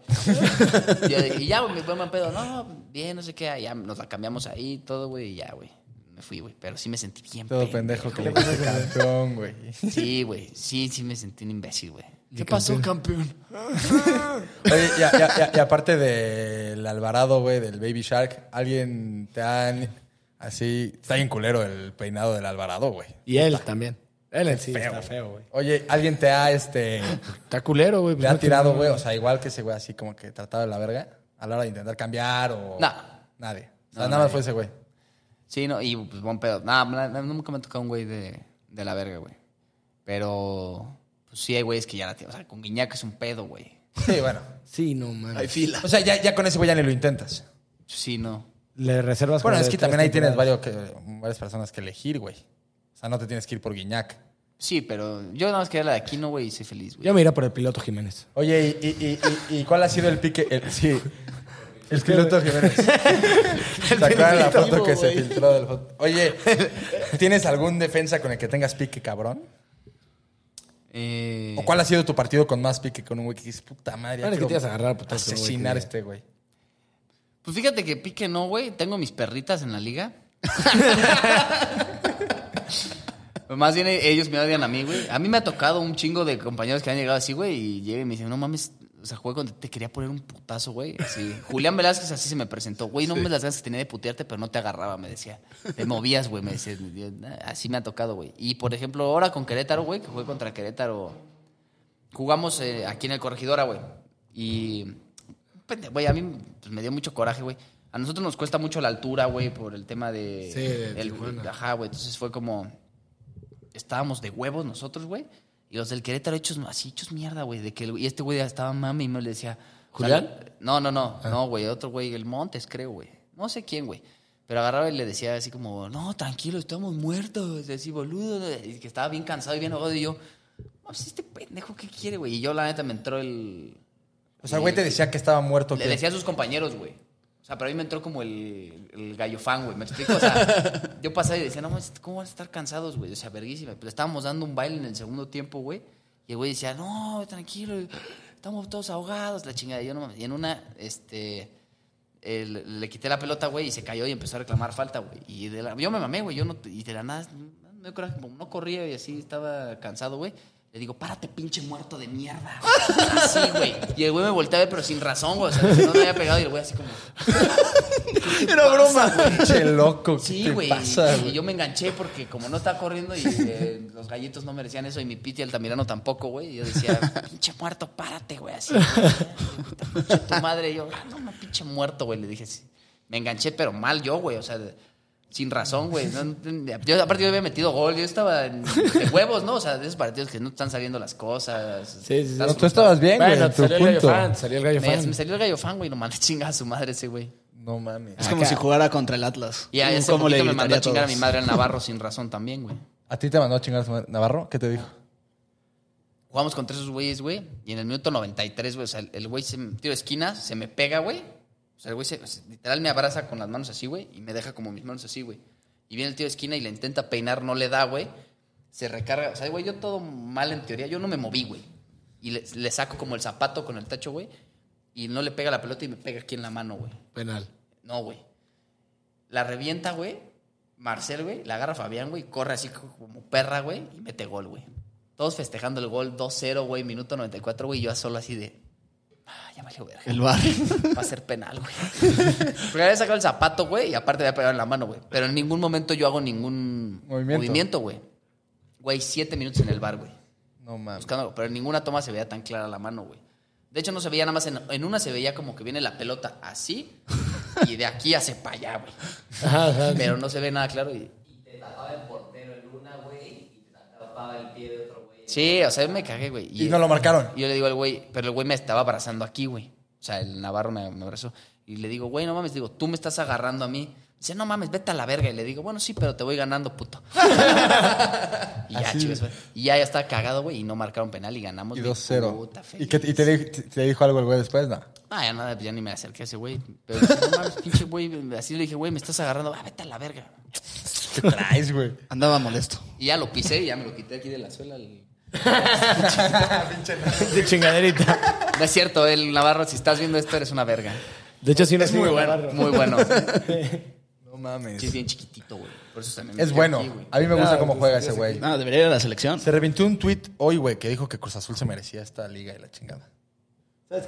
Speaker 4: Y yo dije, y ya, güey, me fue mal pedo. No, bien, no sé qué. Ya nos la cambiamos ahí, todo, güey, y ya, güey. Me fui, güey. Pero sí me sentí bien
Speaker 1: Todo
Speaker 4: pendejo.
Speaker 1: pendejo. ¿Qué le pasa campeón, güey?
Speaker 4: Sí, güey. Sí, sí me sentí un imbécil, güey. ¿Qué pasó, campeón?
Speaker 1: Oye, y, a- y a- y a- y aparte del Alvarado, güey, del Baby Shark, ¿alguien te han... Así... Está bien culero el peinado del Alvarado, güey.
Speaker 6: Y él también. Él en sí
Speaker 1: Feo.
Speaker 6: está feo, güey.
Speaker 1: Oye, ¿alguien te ha, este...
Speaker 6: Está culero, güey. pues
Speaker 1: Le ha tirado, güey, o sea, igual que ese güey, así como que tratado de la verga, a la hora de intentar cambiar o.
Speaker 4: No.
Speaker 1: Nadie. O sea, nada más fue ese güey.
Speaker 4: Sí, no, y pues buen pedo. Nah, na- na- nunca me ha tocado un güey de, de la verga, güey. Pero, pues sí hay güeyes que ya la tienen. O sea, con Guiñac es un pedo, güey.
Speaker 1: Sí, bueno.
Speaker 6: Sí, no, man.
Speaker 2: Hay fila.
Speaker 1: O sea, ya, ya con ese güey ya ni lo intentas.
Speaker 4: Sí, no.
Speaker 6: Le reservas
Speaker 1: Bueno,
Speaker 6: como
Speaker 1: es
Speaker 6: de
Speaker 1: que
Speaker 6: tres
Speaker 1: también ahí tienes
Speaker 6: temporadas.
Speaker 1: varios que- varias personas que elegir, güey. O sea, no te tienes que ir por Guiñac.
Speaker 4: Sí, pero yo nada más quería la de Aquino, güey, y soy feliz, güey.
Speaker 6: Yo me iría por el piloto Jiménez.
Speaker 1: Oye, ¿y, y, y, y- y cuál ha sido el pique? El- sí. El piloto Jiménez. ¿Se acuerdan la foto que se filtró del fot- Oye, ¿tienes algún defensa con el que tengas pique, cabrón?
Speaker 4: Eh,
Speaker 1: ¿O cuál ha sido tu partido con más pique con un güey que dices, puta madre? ya
Speaker 6: Ahora es que
Speaker 1: quiero
Speaker 6: te ibas a agarrar a putazos, güey,
Speaker 1: Asesinar a
Speaker 6: que-
Speaker 1: este güey.
Speaker 4: Pues fíjate que pique no, güey. Tengo mis perritas en la liga. Más bien ellos me odian a mí, güey. A mí me ha tocado un chingo de compañeros que han llegado así, güey, y llegan y me dicen, no mames, o sea, jugué cuando te quería poner un putazo, güey. Así. Julián Velázquez así se me presentó, güey, no me las ganas que tenía de putearte, pero no te agarraba, me decía. Te movías, güey, me decía. Así me ha tocado, güey. Y por ejemplo, ahora con Querétaro, güey, que jugué contra Querétaro jugamos eh, aquí en el Corregidora, güey. Y, pende- güey, a mí pues, me dio mucho coraje, güey. A nosotros nos cuesta mucho la altura, güey, por el tema de...
Speaker 3: Sí, de
Speaker 4: el-
Speaker 3: Tijuana.
Speaker 4: Ajá, güey. Entonces fue como... Estábamos de huevos nosotros, güey. Y los del Querétaro hechos así, hechos mierda, güey. De que el- y este güey ya estaba mami y me le decía...
Speaker 3: ¿Julián?
Speaker 4: "Sal- No, no, no. No, güey. Otro güey, el Montes, creo, güey. No sé quién, güey. Pero agarraba y le decía así como, no, tranquilo, estamos muertos. Así, boludo. Y que estaba bien cansado y bien ahogado. Y yo, no, pues este pendejo, ¿qué quiere, güey? Y yo, la neta, me entró el.
Speaker 1: O sea, güey te decía que estaba muerto.
Speaker 4: Le
Speaker 1: ¿qué?
Speaker 4: decía a sus compañeros, güey. O sea, pero a mí me entró como el, el gallo fan, güey. ¿Me explico? O sea, yo pasaba y decía, no, mames, ¿cómo van a estar cansados, güey? O sea, verguísima. Pero estábamos dando un baile en el segundo tiempo, güey. Y el güey decía, no, tranquilo, estamos todos ahogados, la chingada. Y yo no mames. Y en una, este. el- le quité la pelota, güey, y se cayó y empezó a reclamar falta, güey. Y de la- yo me mamé, güey. Yo no, y de la nada, no, me dio coraje, como no corría y así estaba cansado, güey. Le digo, párate, pinche muerto de mierda. Así, güey. Y el güey me volteaba, pero sin razón, güey. O sea, si no, no había pegado y el güey así como.
Speaker 2: Era broma.
Speaker 1: Pinche loco. ¿qué
Speaker 4: Sí,
Speaker 1: te
Speaker 4: güey.
Speaker 1: pasa,
Speaker 4: Y
Speaker 1: güey?
Speaker 4: yo me enganché porque como no estaba corriendo y eh, los gallitos no merecían eso y mi Piti Altamirano tampoco, güey. y Yo decía, pinche muerto, párate, güey. Así, güey, pinche tu madre. Y yo, ah, no, no, pinche muerto, güey. Le dije, sí. me enganché, pero mal yo, güey. O sea, sin razón, güey. No, no, yo, aparte, yo había metido gol. Yo estaba en- de huevos, ¿no? O sea, de esos partidos que no te están saliendo las cosas.
Speaker 6: Sí, sí, sí.
Speaker 4: Estás
Speaker 1: No, tú estabas bien, güey.
Speaker 6: Bueno,
Speaker 1: en
Speaker 6: te
Speaker 1: tu
Speaker 6: salió el gallo
Speaker 1: punto.
Speaker 6: fan, te salió el gallo
Speaker 4: Me,
Speaker 6: fan.
Speaker 4: me salió el gallo fan, güey. Lo mandé chingar a su madre ese, güey.
Speaker 1: No mames.
Speaker 2: Es como si jugara contra el Atlas.
Speaker 4: Y a ese
Speaker 2: ¿Cómo le
Speaker 4: poquito me mandó
Speaker 2: gritaría
Speaker 4: a chingar a
Speaker 2: todos?
Speaker 4: mi madre al Navarro sin razón también, güey.
Speaker 1: ¿A ti te mandó a chingar a su madre? Navarro? ¿Qué te dijo?
Speaker 4: Jugamos contra esos güeyes, güey. Y en el minuto 93, güey, o sea, el- el güey se me- tiro de esquina, se me pega, güey. O sea, el güey se, se- literal me abraza con las manos así, güey. Y me deja como mis manos así, güey. Y viene el tiro de esquina y le intenta peinar, no le da, güey. Se recarga. O sea, güey, yo todo mal en teoría. Yo no me moví, güey. Y le, le saco como el zapato con el tacho, güey. Y no le pega la pelota y me pega aquí en la mano, güey.
Speaker 3: Penal.
Speaker 4: No, güey. La revienta, güey. Marcel, güey, la agarra Fabián, güey, corre así como perra, güey, y mete gol, güey. Todos festejando el gol 2-0, güey, minuto 94, güey, y yo solo así de. Ah, ya valió verga.
Speaker 2: El bar.
Speaker 4: Va a ser penal, güey. Porque le había sacado el zapato, güey, y aparte le había pegado en la mano, güey. Pero en ningún momento yo hago ningún
Speaker 1: Movimiento.
Speaker 4: movimiento, güey. Güey, siete minutos en el bar, güey.
Speaker 1: No mames.
Speaker 4: Buscando algo, pero en ninguna toma se veía tan clara la mano, güey. De hecho, no se veía nada más. En, en una se veía como que viene la pelota así y de aquí hace para allá, güey. pero no se ve nada claro. Y, te tapaba el portero en una, güey, y te tapaba el pie de otro, güey. Sí, o sea, me cagué, güey.
Speaker 1: Y no lo marcaron.
Speaker 4: Y yo le digo al güey, pero el güey me estaba abrazando aquí, güey. O sea, el Navarro me, me abrazó. Y le digo, güey, no mames, digo, tú me estás agarrando a mí. Dice, no mames, vete a la verga. Y le digo, bueno, sí, pero te voy ganando, puto. y ya,
Speaker 1: Así.
Speaker 4: chicos, güey. Y ya, ya estaba cagado, güey, y no marcaron penal y ganamos.
Speaker 1: Y
Speaker 4: güey.
Speaker 1: 2-0.
Speaker 4: Puta,
Speaker 1: ¿Y,
Speaker 4: feliz.
Speaker 1: qué- y te, di- te dijo algo el güey después? No.
Speaker 4: Ah, ya nada, pues ya ni me acerqué a ese güey. Pero dije, no mames, pinche güey. Así le dije, güey, me estás agarrando. Ah, vete a la verga.
Speaker 1: ¿Qué traes, güey?
Speaker 2: Andaba molesto.
Speaker 4: Y ya lo pisé y ya me lo quité aquí de la suela. el-
Speaker 6: De chingaderita.
Speaker 4: No es cierto, el Navarro, si estás viendo esto, eres una verga.
Speaker 6: De hecho, sí no es
Speaker 4: Muy bueno, muy bueno.
Speaker 1: No mames.
Speaker 4: Sí, es bien chiquitito, güey. Por eso también me
Speaker 1: Es
Speaker 4: metí
Speaker 1: bueno.
Speaker 4: aquí, güey.
Speaker 1: A mí me gusta cómo juega ese güey.
Speaker 2: No, debería ir a la selección.
Speaker 1: Se reventó un tweet hoy, güey, que dijo que Cruz Azul se merecía esta liga y la chingada.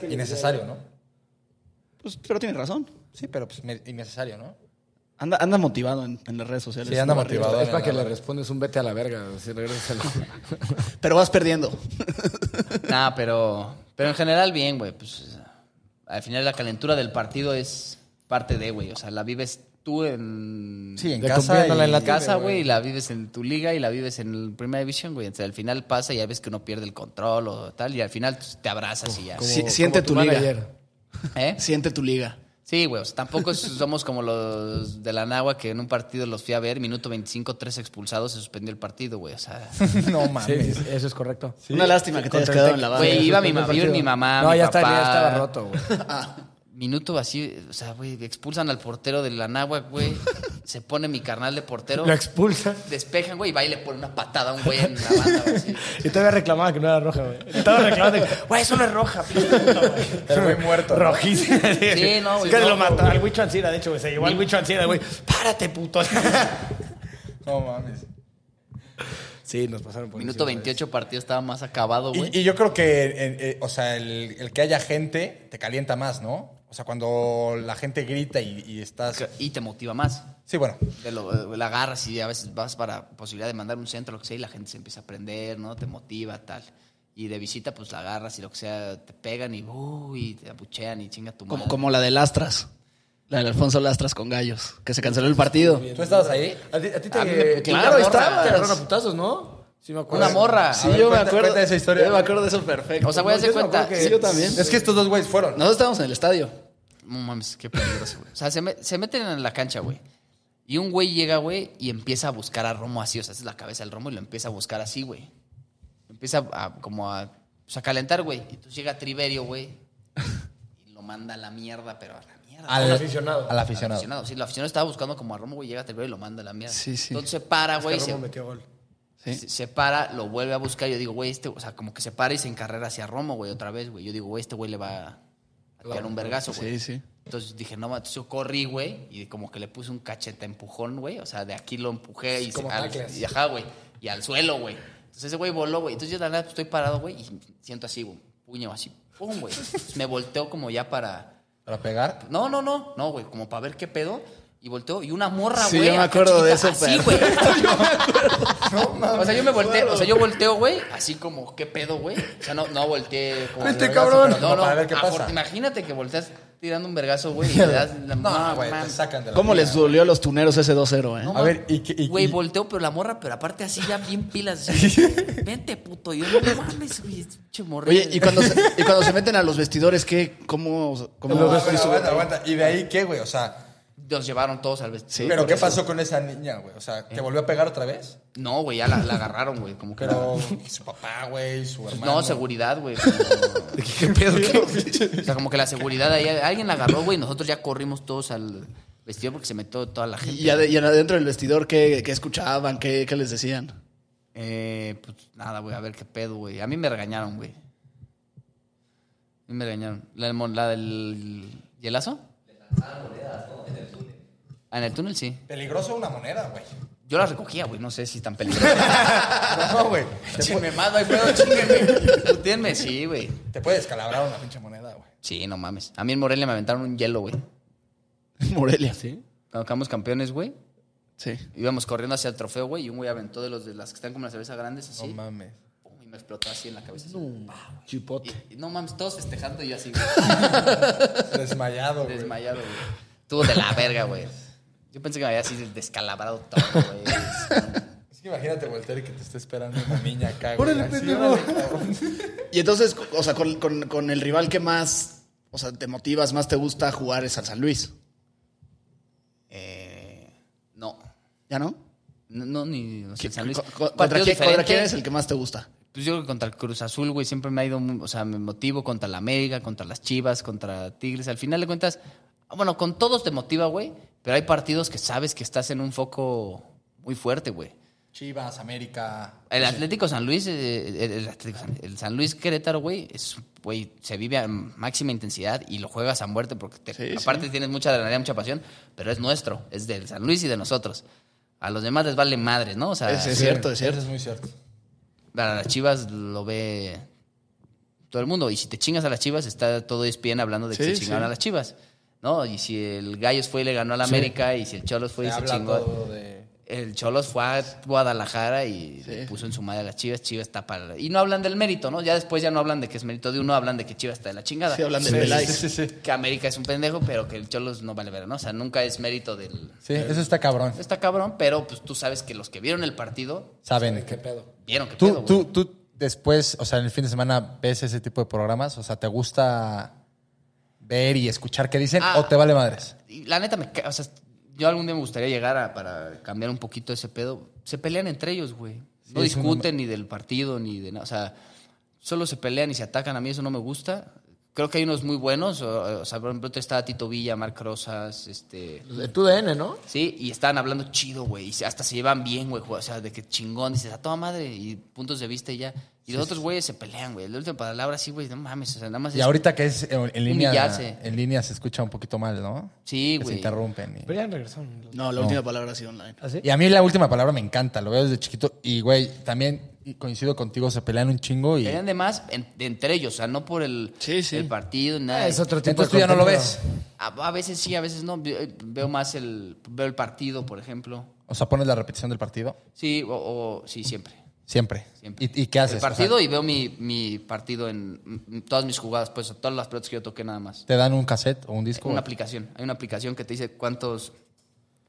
Speaker 1: Innecesario, ¿no?
Speaker 2: Pues, pero tiene razón.
Speaker 1: Sí, pero pues me- innecesario, ¿no?
Speaker 2: Anda, anda motivado en, en las redes sociales. Este
Speaker 1: Sí, anda
Speaker 2: No,
Speaker 1: motivado.
Speaker 6: Es para que le respondes un vete a la verga. Si regresas
Speaker 2: arriba. Pero vas perdiendo.
Speaker 4: Nah, pero, pero en general bien, güey. Pues, al final la calentura del partido es parte de, güey. O sea, la vives tú en,
Speaker 1: Sí, en
Speaker 6: De
Speaker 1: casa.
Speaker 6: cumpliéndola en la
Speaker 4: en
Speaker 1: y-
Speaker 4: casa, güey, y la vives en tu liga y la vives en la primera división, güey. Entonces al final pasa y ya ves que uno pierde el control o tal, y al final pues, te abrazas y ya.
Speaker 2: Sí, siente tu, liga.
Speaker 4: ¿Eh?
Speaker 2: Siente tu liga.
Speaker 4: Sí, güey. o sea, tampoco es- somos como los de la Nagua que en un partido los fui a ver, minuto 25, tres expulsados, se suspendió el partido, güey. O sea,
Speaker 1: No mames.
Speaker 6: eso es correcto.
Speaker 2: Una lástima que te hayas
Speaker 1: Contra
Speaker 2: quedado
Speaker 1: el
Speaker 2: en la barra.
Speaker 4: güey, iba mi, ma- iba mi mamá.
Speaker 6: No,
Speaker 4: mi
Speaker 6: ya, está,
Speaker 4: papá.
Speaker 6: ya estaba roto, güey.
Speaker 4: minuto así, o sea, güey, expulsan al portero de la náhuac, güey. Se pone mi carnal de portero.
Speaker 6: Lo expulsa.
Speaker 4: Despejan, güey, y va y le pone una patada a un güey en la banda, güey. así.
Speaker 6: Y todavía reclamaba que no era roja, güey. Estaba reclamando que, güey, eso no es roja, pinche puta, güey.
Speaker 1: El güey muerto. ¿no?
Speaker 6: Rojísimo.
Speaker 4: Sí, no, güey,
Speaker 6: Que
Speaker 4: no,
Speaker 6: lo mató al Wicho Ansira, de hecho, güey. Se llevó al Wicho Ansira, güey. Párate, puto.
Speaker 1: No mames.
Speaker 6: Sí, nos pasaron por
Speaker 4: Minuto 28 partido estaba más acabado, güey.
Speaker 1: Y, y yo creo que, en- en- o sea, el, el que haya gente te calienta más, ¿no? O sea, cuando la gente grita y, y estás.
Speaker 4: Y te motiva más.
Speaker 1: Sí, bueno.
Speaker 4: Te lo, eh, la agarras y a veces vas para posibilidad de mandar un centro, lo que sea, y la gente se empieza a aprender, ¿no? Te motiva, tal. Y de visita, pues la agarras y lo que sea, te pegan y, uh, y te abuchean y chinga tu
Speaker 2: Como,
Speaker 4: madre.
Speaker 2: como la de Lastras. La del Alfonso Lastras con gallos. Que se canceló el partido.
Speaker 1: ¿Tú estabas ahí? A ti, a ti te.
Speaker 4: A mí me-
Speaker 1: te-
Speaker 4: claro,
Speaker 1: estabas.
Speaker 6: Te agarraron a putazos, ¿no? Sí, me acuerdo.
Speaker 4: Una morra.
Speaker 1: A ver, cuenta- cuenta esa historia.
Speaker 2: Yo Eh, me acuerdo de eso perfecto.
Speaker 4: O sea, güey, haz de cuenta.
Speaker 2: Sí, yo también.
Speaker 1: Es que estos dos güeyes fueron.
Speaker 2: Nosotros estábamos en el estadio.
Speaker 4: No mames, qué peligroso, güey. O sea, se, me- se meten en la cancha, güey. Y un güey llega, güey, y empieza a buscar a Romo así. O sea, es la cabeza del Romo y lo empieza a buscar así, güey. Empieza a, como a, pues, a calentar, güey. Y entonces llega Triverio, güey. Y lo manda a la mierda, pero a la mierda.
Speaker 1: Al
Speaker 6: aficionado.
Speaker 1: Al
Speaker 4: Al
Speaker 1: aficionado.
Speaker 4: aficionado. Sí, el aficionado estaba buscando como a Romo, güey. Llega Triverio y lo manda a la mierda.
Speaker 2: Sí, sí.
Speaker 4: Entonces se para, güey.
Speaker 6: Romo
Speaker 4: Se,
Speaker 6: metió gol.
Speaker 2: Sí.
Speaker 4: se- se para, lo vuelve a buscar. Yo digo, güey, este, o sea, como que se para y se encarrera hacia Romo, güey, otra vez, güey. Yo digo, güey, este güey le va a tirar un vergazo, güey.
Speaker 2: Sí, sí.
Speaker 4: Entonces dije, no, entonces yo corrí, güey, y como que le puse un cachete empujón, güey. O sea, de aquí lo empujé y, se, al, y ajá, güey. Y al suelo, güey. Entonces ese güey voló, güey. Entonces yo de la nada estoy parado, güey, y siento así, güey, puño así, pum, güey. Entonces, me volteo como ya para.
Speaker 1: ¿Para pegar?
Speaker 4: No, no, no, no, güey, como para ver qué pedo. Y volteo, y una morra,
Speaker 2: Sí,
Speaker 4: güey.
Speaker 2: yo me
Speaker 4: acá
Speaker 2: acuerdo de
Speaker 4: chiquita,
Speaker 2: eso,
Speaker 4: así,
Speaker 2: pero-
Speaker 4: güey. O sea, yo me volteo, o sea, yo volteo, güey, así como, ¿qué pedo, güey? O sea, no, no volteé como.
Speaker 1: Vente,
Speaker 4: vergazo,
Speaker 1: cabrón.
Speaker 4: pero No, no,
Speaker 1: Para ver qué
Speaker 4: ah,
Speaker 1: pasa.
Speaker 4: por- Imagínate que volteas tirando un vergazo, güey, y le das la
Speaker 1: No, güey,
Speaker 4: man.
Speaker 1: te sacan de la
Speaker 2: ¿Cómo
Speaker 1: liga.
Speaker 2: les dolió a los tuneros ese 2-0, eh?
Speaker 4: No,
Speaker 1: A ver, ¿y qué- y-
Speaker 4: Güey,
Speaker 1: y-
Speaker 4: volteo, pero la morra, pero aparte así ya bien pilas. así, Vente, puto. Y yo no mames, güey, pinche morra.
Speaker 2: Oye, ¿y cuando, se, y cuando se meten a los vestidores, ¿qué? ¿Cómo? cómo
Speaker 1: No, pero aguanta, aguanta. ¿Y de ahí qué, güey? O sea,
Speaker 4: Nos llevaron todos al vestido.
Speaker 2: Sí,
Speaker 1: ¿pero
Speaker 2: por
Speaker 1: qué
Speaker 2: eso.
Speaker 1: pasó con esa niña, güey? O sea, ¿te volvió a pegar otra vez?
Speaker 4: No, güey, ya la, la agarraron, güey. Como que
Speaker 1: Pero su papá, güey, su
Speaker 4: la-
Speaker 1: hermano.
Speaker 4: No, seguridad, güey. como-
Speaker 6: ¿Qué pedo?
Speaker 4: O sea, como que la seguridad ahí. Alguien la agarró, güey, y nosotros ya corrimos todos al vestido porque se metió toda la gente.
Speaker 2: Y, ade- y adentro del vestidor, ¿qué, qué escuchaban? ¿Qué, qué les decían?
Speaker 4: Eh, pues nada, güey, a ver qué pedo, güey. A mí me regañaron, güey. A mí me regañaron. ¿La, del mon- la del hielazo? Ah, en el túnel sí.
Speaker 1: Peligroso una moneda, güey.
Speaker 4: Yo las recogía, güey. No sé si tan peligroso.
Speaker 1: No, güey.
Speaker 4: Si me mando, ahí puedo, chinguenme. Putíenme, sí, güey.
Speaker 1: Te puede descalabrar una pinche moneda, güey.
Speaker 4: Sí, no mames. A mí en Morelia me aventaron un hielo, güey.
Speaker 2: Morelia.
Speaker 4: ¿Sí? Cuando quedamos campeones, güey.
Speaker 2: Sí.
Speaker 4: Íbamos corriendo hacia el trofeo, güey, y un güey aventó de los de las que están como las cervezas grandes
Speaker 1: No
Speaker 4: así.
Speaker 1: mames.
Speaker 4: pum, y me explotó así en la cabeza. así.
Speaker 6: Chipote.
Speaker 4: Y- y no mames, todos festejando y yo así, güey,
Speaker 1: Desmayado, güey.
Speaker 4: desmayado, güey. Estuvo de la verga, güey. Yo pensé que me había así descalabrado todo, güey.
Speaker 1: Es que imagínate, Voltaire, que te está esperando una niña acá, güey.
Speaker 6: Órale,
Speaker 1: Así,
Speaker 6: pendejo.
Speaker 1: órale, cabrón.
Speaker 2: Y entonces, o sea, con, con- con el rival que más, o sea, te motivas, más te gusta jugar es al San Luis.
Speaker 4: Eh, no.
Speaker 2: ¿Ya no?
Speaker 4: No, no, ni o sea, San Luis.
Speaker 2: Co- co- ¿Contra,
Speaker 4: Partido
Speaker 2: quién, contra
Speaker 4: diferente.
Speaker 2: quién es el que más te gusta?
Speaker 4: Pues yo creo que contra el Cruz Azul, güey, siempre me ha ido, muy- o sea, me motivo contra la América, contra las Chivas, contra Tigres. Al final de cuentas, bueno, con todos te motiva, güey, pero hay partidos que sabes que estás en un foco muy fuerte, güey.
Speaker 1: Chivas, América.
Speaker 4: El Atlético San Luis, eh, el, el Atlético San- el San Luis Querétaro, güey, es, güey, se vive a máxima intensidad y lo juegas a muerte porque te-
Speaker 2: Sí,
Speaker 4: aparte tienes mucha adrenalina, mucha pasión, pero es nuestro, es del San Luis y de nosotros. A los demás les vale madre, ¿no? O sea,
Speaker 2: Es, es cierto, es
Speaker 1: Eso
Speaker 2: cierto.
Speaker 1: es muy cierto.
Speaker 4: a las Chivas lo ve todo el mundo. Y si te chingas a las Chivas, está todo ESPN hablando de que
Speaker 2: Sí,
Speaker 4: se chingaron
Speaker 2: sí.
Speaker 4: a las Chivas. ¿No? Y si el Gallos fue y le ganó a la América, y si el Cholos fue
Speaker 1: Te
Speaker 4: y se
Speaker 1: habla
Speaker 4: chingó.
Speaker 1: todo de...
Speaker 4: El Cholos fue a Guadalajara y le puso en su madre a las Chivas, Chivas está para. Y no hablan del mérito, ¿no? Ya después ya no hablan de que es mérito de uno, hablan de que Chivas está de la chingada.
Speaker 2: Sí, hablan de
Speaker 1: Sí,
Speaker 2: Peláez.
Speaker 1: sí, sí, sí.
Speaker 4: Que América es un pendejo, pero que el Cholos no vale ver, ¿no? O sea, nunca es mérito del.
Speaker 1: Sí, eso está cabrón.
Speaker 4: Está cabrón, pero pues tú sabes que los que vieron el partido
Speaker 1: Saben.
Speaker 3: ¿Qué pedo?
Speaker 4: vieron que
Speaker 1: ¿Tú,
Speaker 4: pedo, güey.
Speaker 1: tú, tú después, o sea, en el fin de semana ves ese tipo de programas? O sea, ¿te gusta ver y escuchar qué dicen
Speaker 4: Ah.
Speaker 1: o te vale madres?
Speaker 4: Y la neta me ca- o sea, yo algún día me gustaría llegar a, para cambiar un poquito ese pedo. Se pelean entre ellos, güey. No
Speaker 1: es una-
Speaker 4: discuten ni del partido ni de nada, o sea, solo se pelean y se atacan, a mí eso no me gusta. Creo que hay unos muy buenos, o, o sea, por ejemplo, está Tito Villa, Marc Rosas, este,
Speaker 6: De tu DN, ¿no?
Speaker 4: sí, y estaban hablando chido, güey, y se- hasta se llevan bien, güey, o sea, de que chingón, dices, a toda madre, y puntos de vista y ya. Y los otros güeyes se pelean, güey, la última palabra sí, güey, no mames, o sea, nada más
Speaker 1: Y
Speaker 4: es-
Speaker 1: ahorita que es en en
Speaker 4: Humillarse.
Speaker 1: línea, en línea se escucha un poquito mal, ¿no?
Speaker 4: Sí,
Speaker 1: Que se
Speaker 4: güey.
Speaker 1: interrumpen. y-
Speaker 6: Pero ya regresaron. ¿Ah,
Speaker 2: No, la última palabra ha sido online.
Speaker 1: Y a mí la última palabra me encanta, lo veo desde chiquito. Y, güey, también coincido contigo, se pelean un chingo y...
Speaker 4: Pelean de más en- de entre ellos, o sea, no por el,
Speaker 2: Sí, sí.
Speaker 4: el partido, nada.
Speaker 3: Ah, es otro tipo
Speaker 1: Entonces tú
Speaker 3: de
Speaker 1: ya no lo ves.
Speaker 3: contenido.
Speaker 4: A, a veces sí, a veces no. Ve- eh, Veo más el, veo el partido, por ejemplo.
Speaker 1: O sea, pones la repetición del partido.
Speaker 4: Sí, o, o- sí, siempre.
Speaker 1: Siempre.
Speaker 4: siempre.
Speaker 1: ¿Y, y qué haces?
Speaker 4: El
Speaker 1: O sea,
Speaker 4: partido y veo mi, mi partido en mm, todas mis jugadas, pues, o todas las pelotas que yo toqué nada más.
Speaker 1: ¿Te dan un cassette o un disco?
Speaker 4: Una aplicación. Hay una aplicación que te dice cuántos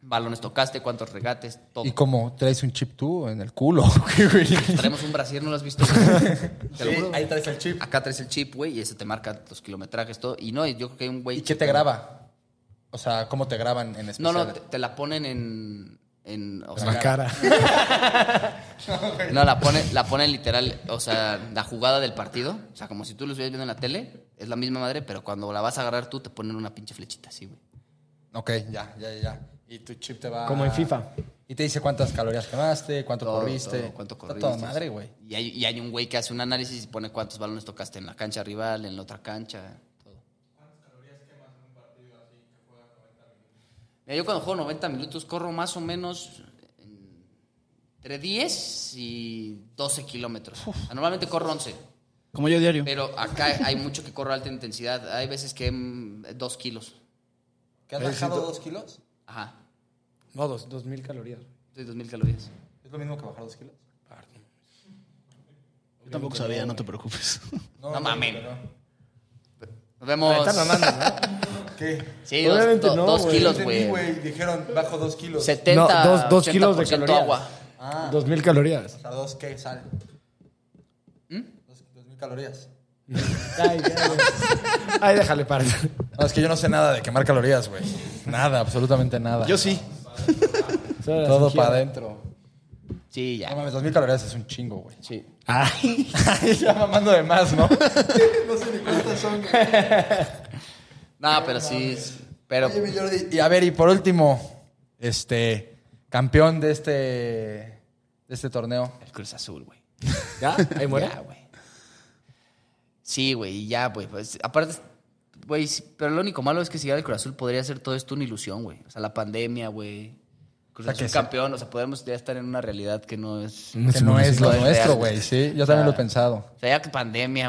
Speaker 4: balones tocaste, cuántos regates, todo.
Speaker 1: ¿Y cómo? ¿Traes un chip tú en el culo? ¿Qué, güey?
Speaker 4: Traemos un brasier, ¿no lo has visto? Te lo juro.
Speaker 1: ahí traes el chip.
Speaker 4: Acá traes el chip, güey, y ese te marca los kilometrajes, todo. Y no, yo creo que hay un güey...
Speaker 1: ¿Y qué te
Speaker 4: chico-
Speaker 1: graba? O sea, ¿cómo te graban en
Speaker 4: No,
Speaker 1: especial?
Speaker 4: no, te, te la ponen en. en o sea,
Speaker 3: La cara.
Speaker 4: No, la ponen, la ponen literal, o sea, la jugada del partido. O sea, como si tú lo estuvieras viendo en la tele, es la misma madre, pero cuando la vas a agarrar tú, te ponen una pinche flechita así, güey.
Speaker 1: Ok, ya, ya, ya, ya. Y tu chip te va...
Speaker 6: Como en FIFA.
Speaker 1: Y te dice cuántas calorías quemaste, cuánto
Speaker 4: Todo,
Speaker 1: corriste.
Speaker 4: todo, cuánto
Speaker 1: Está
Speaker 4: corriste.
Speaker 1: toda madre, güey.
Speaker 4: Y hay, y hay un güey que hace un análisis y pone cuántos balones tocaste en la cancha rival, en la otra cancha, todo. Mira, yo cuando juego 90 minutos corro más o menos en- entre 10 y 12 kilómetros. Normalmente corro 11.
Speaker 2: Como yo diario.
Speaker 4: Pero acá hay mucho que corro a alta intensidad. Hay veces que mm, dos kilos.
Speaker 1: ¿Que has bajado dos kilos?
Speaker 4: Ajá.
Speaker 6: No, dos, dos mil calorías.
Speaker 4: Soy dos mil calorías.
Speaker 1: ¿Es lo mismo que bajar dos kilos?
Speaker 2: Yo tampoco sabía, no te preocupes.
Speaker 4: No, mames. Nos vemos.
Speaker 1: ¿Qué?
Speaker 4: Sí, dos,
Speaker 6: Obviamente
Speaker 4: do-
Speaker 6: no,
Speaker 4: dos
Speaker 6: güey.
Speaker 4: kilos,
Speaker 1: Entendí,
Speaker 4: güey.
Speaker 1: Dijeron, bajo dos kilos.
Speaker 4: 70,
Speaker 6: No, dos- dos kilos de
Speaker 4: 80%
Speaker 6: calorías.
Speaker 4: agua.
Speaker 6: Dos mil calorías.
Speaker 1: O sea, dos qué, sal.
Speaker 4: ¿Mm?
Speaker 1: Dos, dos mil calorías.
Speaker 6: Ay, Ay, déjale para.
Speaker 1: No, es que yo no sé nada de quemar calorías, güey. Nada, absolutamente nada.
Speaker 2: Yo sí.
Speaker 1: Todo para adentro.
Speaker 4: Sí,
Speaker 1: No Ah,
Speaker 4: ya.
Speaker 1: mames, dos mil calorías es un chingo, güey.
Speaker 4: Sí.
Speaker 1: ya mamando de más, ¿no?
Speaker 4: No, pero sí. es- Pero
Speaker 1: Oye, mi Jordi, Y a ver, y por último, este, campeón de este, de este torneo.
Speaker 4: el Cruz Azul, güey.
Speaker 6: ¿Ya? Ahí muere.
Speaker 4: Ya, güey. Sí, güey, y ya, güey. pues, aparte, Güey, sí, pero lo único malo es que si gana el Cruz Azul podría ser todo esto una ilusión, güey. O sea, la pandemia, güey. Cruz
Speaker 1: O sea, que Mm.
Speaker 4: Azul
Speaker 1: sí.
Speaker 4: campeón, o sea, podemos ya estar en una realidad que no es...
Speaker 1: Que no es lo
Speaker 4: no es
Speaker 1: nuestro,
Speaker 4: real.
Speaker 1: güey. Sí, yo
Speaker 4: O sea,
Speaker 1: también lo he pensado.
Speaker 4: O sea, ya que pandemia,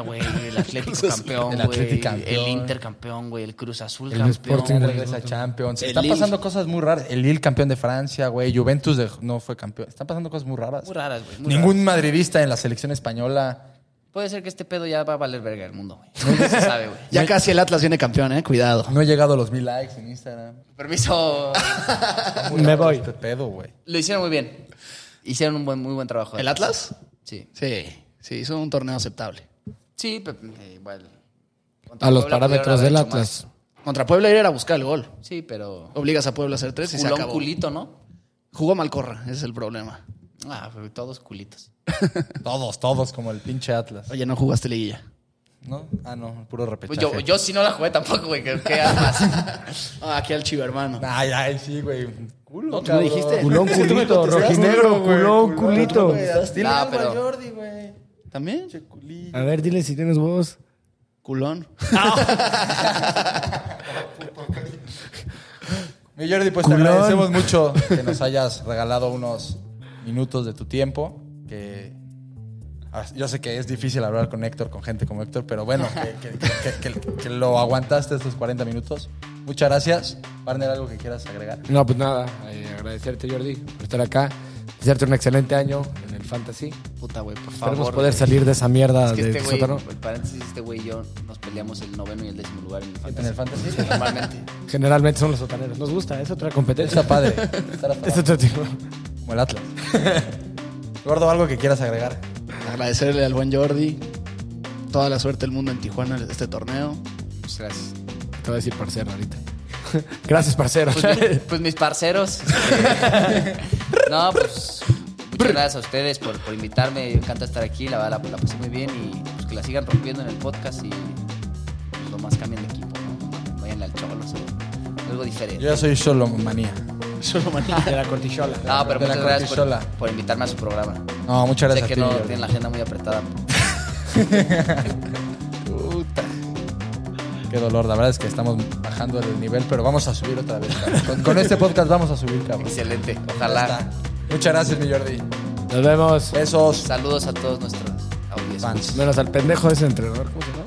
Speaker 4: güey, el Atlético campeón,
Speaker 1: el
Speaker 4: güey,
Speaker 1: Atlético
Speaker 4: el,
Speaker 1: campeón.
Speaker 4: Inter campeón, güey, el Cruz Azul
Speaker 3: El Sporting
Speaker 4: campeón, güey.
Speaker 1: Regresa Champions.
Speaker 2: El
Speaker 1: Están
Speaker 2: Lille.
Speaker 1: pasando cosas muy raras. El Lille campeón de Francia, güey. Juventus de- no fue campeón. Están pasando cosas muy raras.
Speaker 4: Muy raras, güey. muy
Speaker 1: Ningún madridista en la selección española.
Speaker 4: raras. Puede ser que este pedo ya va a valer verga el mundo, güey. No se sabe, güey.
Speaker 2: Ya casi el Atlas viene campeón, ¿eh? Cuidado.
Speaker 1: No he llegado a los mil likes en Instagram.
Speaker 4: Permiso.
Speaker 1: Está muy
Speaker 6: Me
Speaker 1: raro
Speaker 6: voy.
Speaker 1: Este pedo, güey.
Speaker 4: Lo hicieron muy bien. Hicieron un buen, muy buen trabajo.
Speaker 2: ¿El Atlas?
Speaker 4: Sí.
Speaker 2: Sí, sí, hizo un torneo aceptable.
Speaker 4: Sí, pero eh, igual. Contra
Speaker 3: A los
Speaker 4: Puebla
Speaker 3: parámetros
Speaker 4: pudieron
Speaker 3: del
Speaker 4: haber hecho
Speaker 3: Atlas.
Speaker 2: Contra Puebla era a buscar el gol.
Speaker 4: más. Sí, pero.
Speaker 2: Obligas a Puebla a hacer tres y se
Speaker 4: Culón
Speaker 2: acabó.
Speaker 4: culito, ¿no?
Speaker 2: Jugó Malcorra, ese es el problema.
Speaker 4: Ah, pero todos culitos.
Speaker 1: Todos, todos, como el pinche Atlas.
Speaker 2: Oye, no jugaste liguilla.
Speaker 1: ¿No? Ah, no, puro repechaje.
Speaker 4: Pues Yo, yo sí no la jugué tampoco, güey. que- que armas.
Speaker 2: Ah, aquí al chivo, hermano.
Speaker 1: Ay, ay, sí, güey. Culo,
Speaker 2: ¿No tú lo dijiste?
Speaker 6: Culón
Speaker 1: Sí, tú me
Speaker 6: culito,
Speaker 1: contestaste.
Speaker 6: rojinegro,
Speaker 1: güey,
Speaker 6: culón culito.
Speaker 1: Dile
Speaker 4: Ah,
Speaker 1: algo
Speaker 4: pero-
Speaker 1: a Jordi, güey.
Speaker 2: ¿También?
Speaker 6: A ver, dile si tienes huevos.
Speaker 2: Culón.
Speaker 1: Mi Jordi, pues
Speaker 6: Culón.
Speaker 1: te agradecemos mucho que nos hayas regalado unos minutos de tu tiempo. Que ah, yo sé que es difícil hablar con Héctor, con gente como Héctor, pero bueno, que, que- que- que- que- que lo aguantaste estos 40 minutos. Muchas gracias. Partner, algo que quieras agregar.
Speaker 3: No, pues nada, eh, agradecerte Jordi por estar acá, desearte un excelente año en el Fantasy.
Speaker 4: Puta, güey, por favor.
Speaker 3: Esperemos poder
Speaker 4: güey.
Speaker 3: salir de esa mierda
Speaker 4: Es que
Speaker 3: de
Speaker 4: este güey,
Speaker 3: sótano.
Speaker 4: el paréntesis, este güey y yo nos peleamos el noveno y el décimo lugar en el
Speaker 1: En
Speaker 4: fantasy.
Speaker 1: el fantasy.
Speaker 4: Normalmente.
Speaker 3: Generalmente son los sotaneros. Nos gusta, es otra competencia.
Speaker 1: Está padre. estar hasta
Speaker 3: Es
Speaker 1: abajo,
Speaker 3: otro tipo.
Speaker 1: como el Atlas. Gordo, algo que quieras agregar.
Speaker 2: Agradecerle al buen Jordi. Toda la suerte del mundo en Tijuana en este torneo.
Speaker 4: Pues gracias.
Speaker 3: Te voy a decir parcero ahorita. Gracias, parcero.
Speaker 4: Pues, mi- pues mis parceros. este, no, pues muchas gracias a ustedes por, por invitarme. Me encanta estar aquí. La verdad, la, la pasé muy bien y pues, que la sigan rompiendo en el podcast y pues, lo más cambien de equipo. ¿no? Vayan al cholo, algo diferente.
Speaker 1: Yo ya soy solo manía.
Speaker 2: Solo manía.
Speaker 6: De la cortichola.
Speaker 4: No, Ah, pero
Speaker 1: de la
Speaker 4: muchas gracias por,
Speaker 1: cortisola.
Speaker 4: por invitarme a su programa.
Speaker 1: No, muchas
Speaker 4: Sé
Speaker 1: gracias
Speaker 4: que
Speaker 1: a ti.
Speaker 4: no
Speaker 1: Jordi.
Speaker 4: tienen la agenda muy apretada.
Speaker 1: Qué dolor, la verdad es que estamos bajando el nivel, pero vamos a subir otra vez. cabrón. Con, con este podcast vamos a subir, cabrón.
Speaker 4: Excelente.
Speaker 1: Ya
Speaker 4: Ojalá.
Speaker 1: está. Muchas gracias, mi Jordi.
Speaker 3: Nos vemos.
Speaker 1: Besos.
Speaker 4: Saludos a todos nuestros audiencias.
Speaker 1: Fans.
Speaker 3: Menos al pendejo de ese entrenador. ¿Cómo se llama?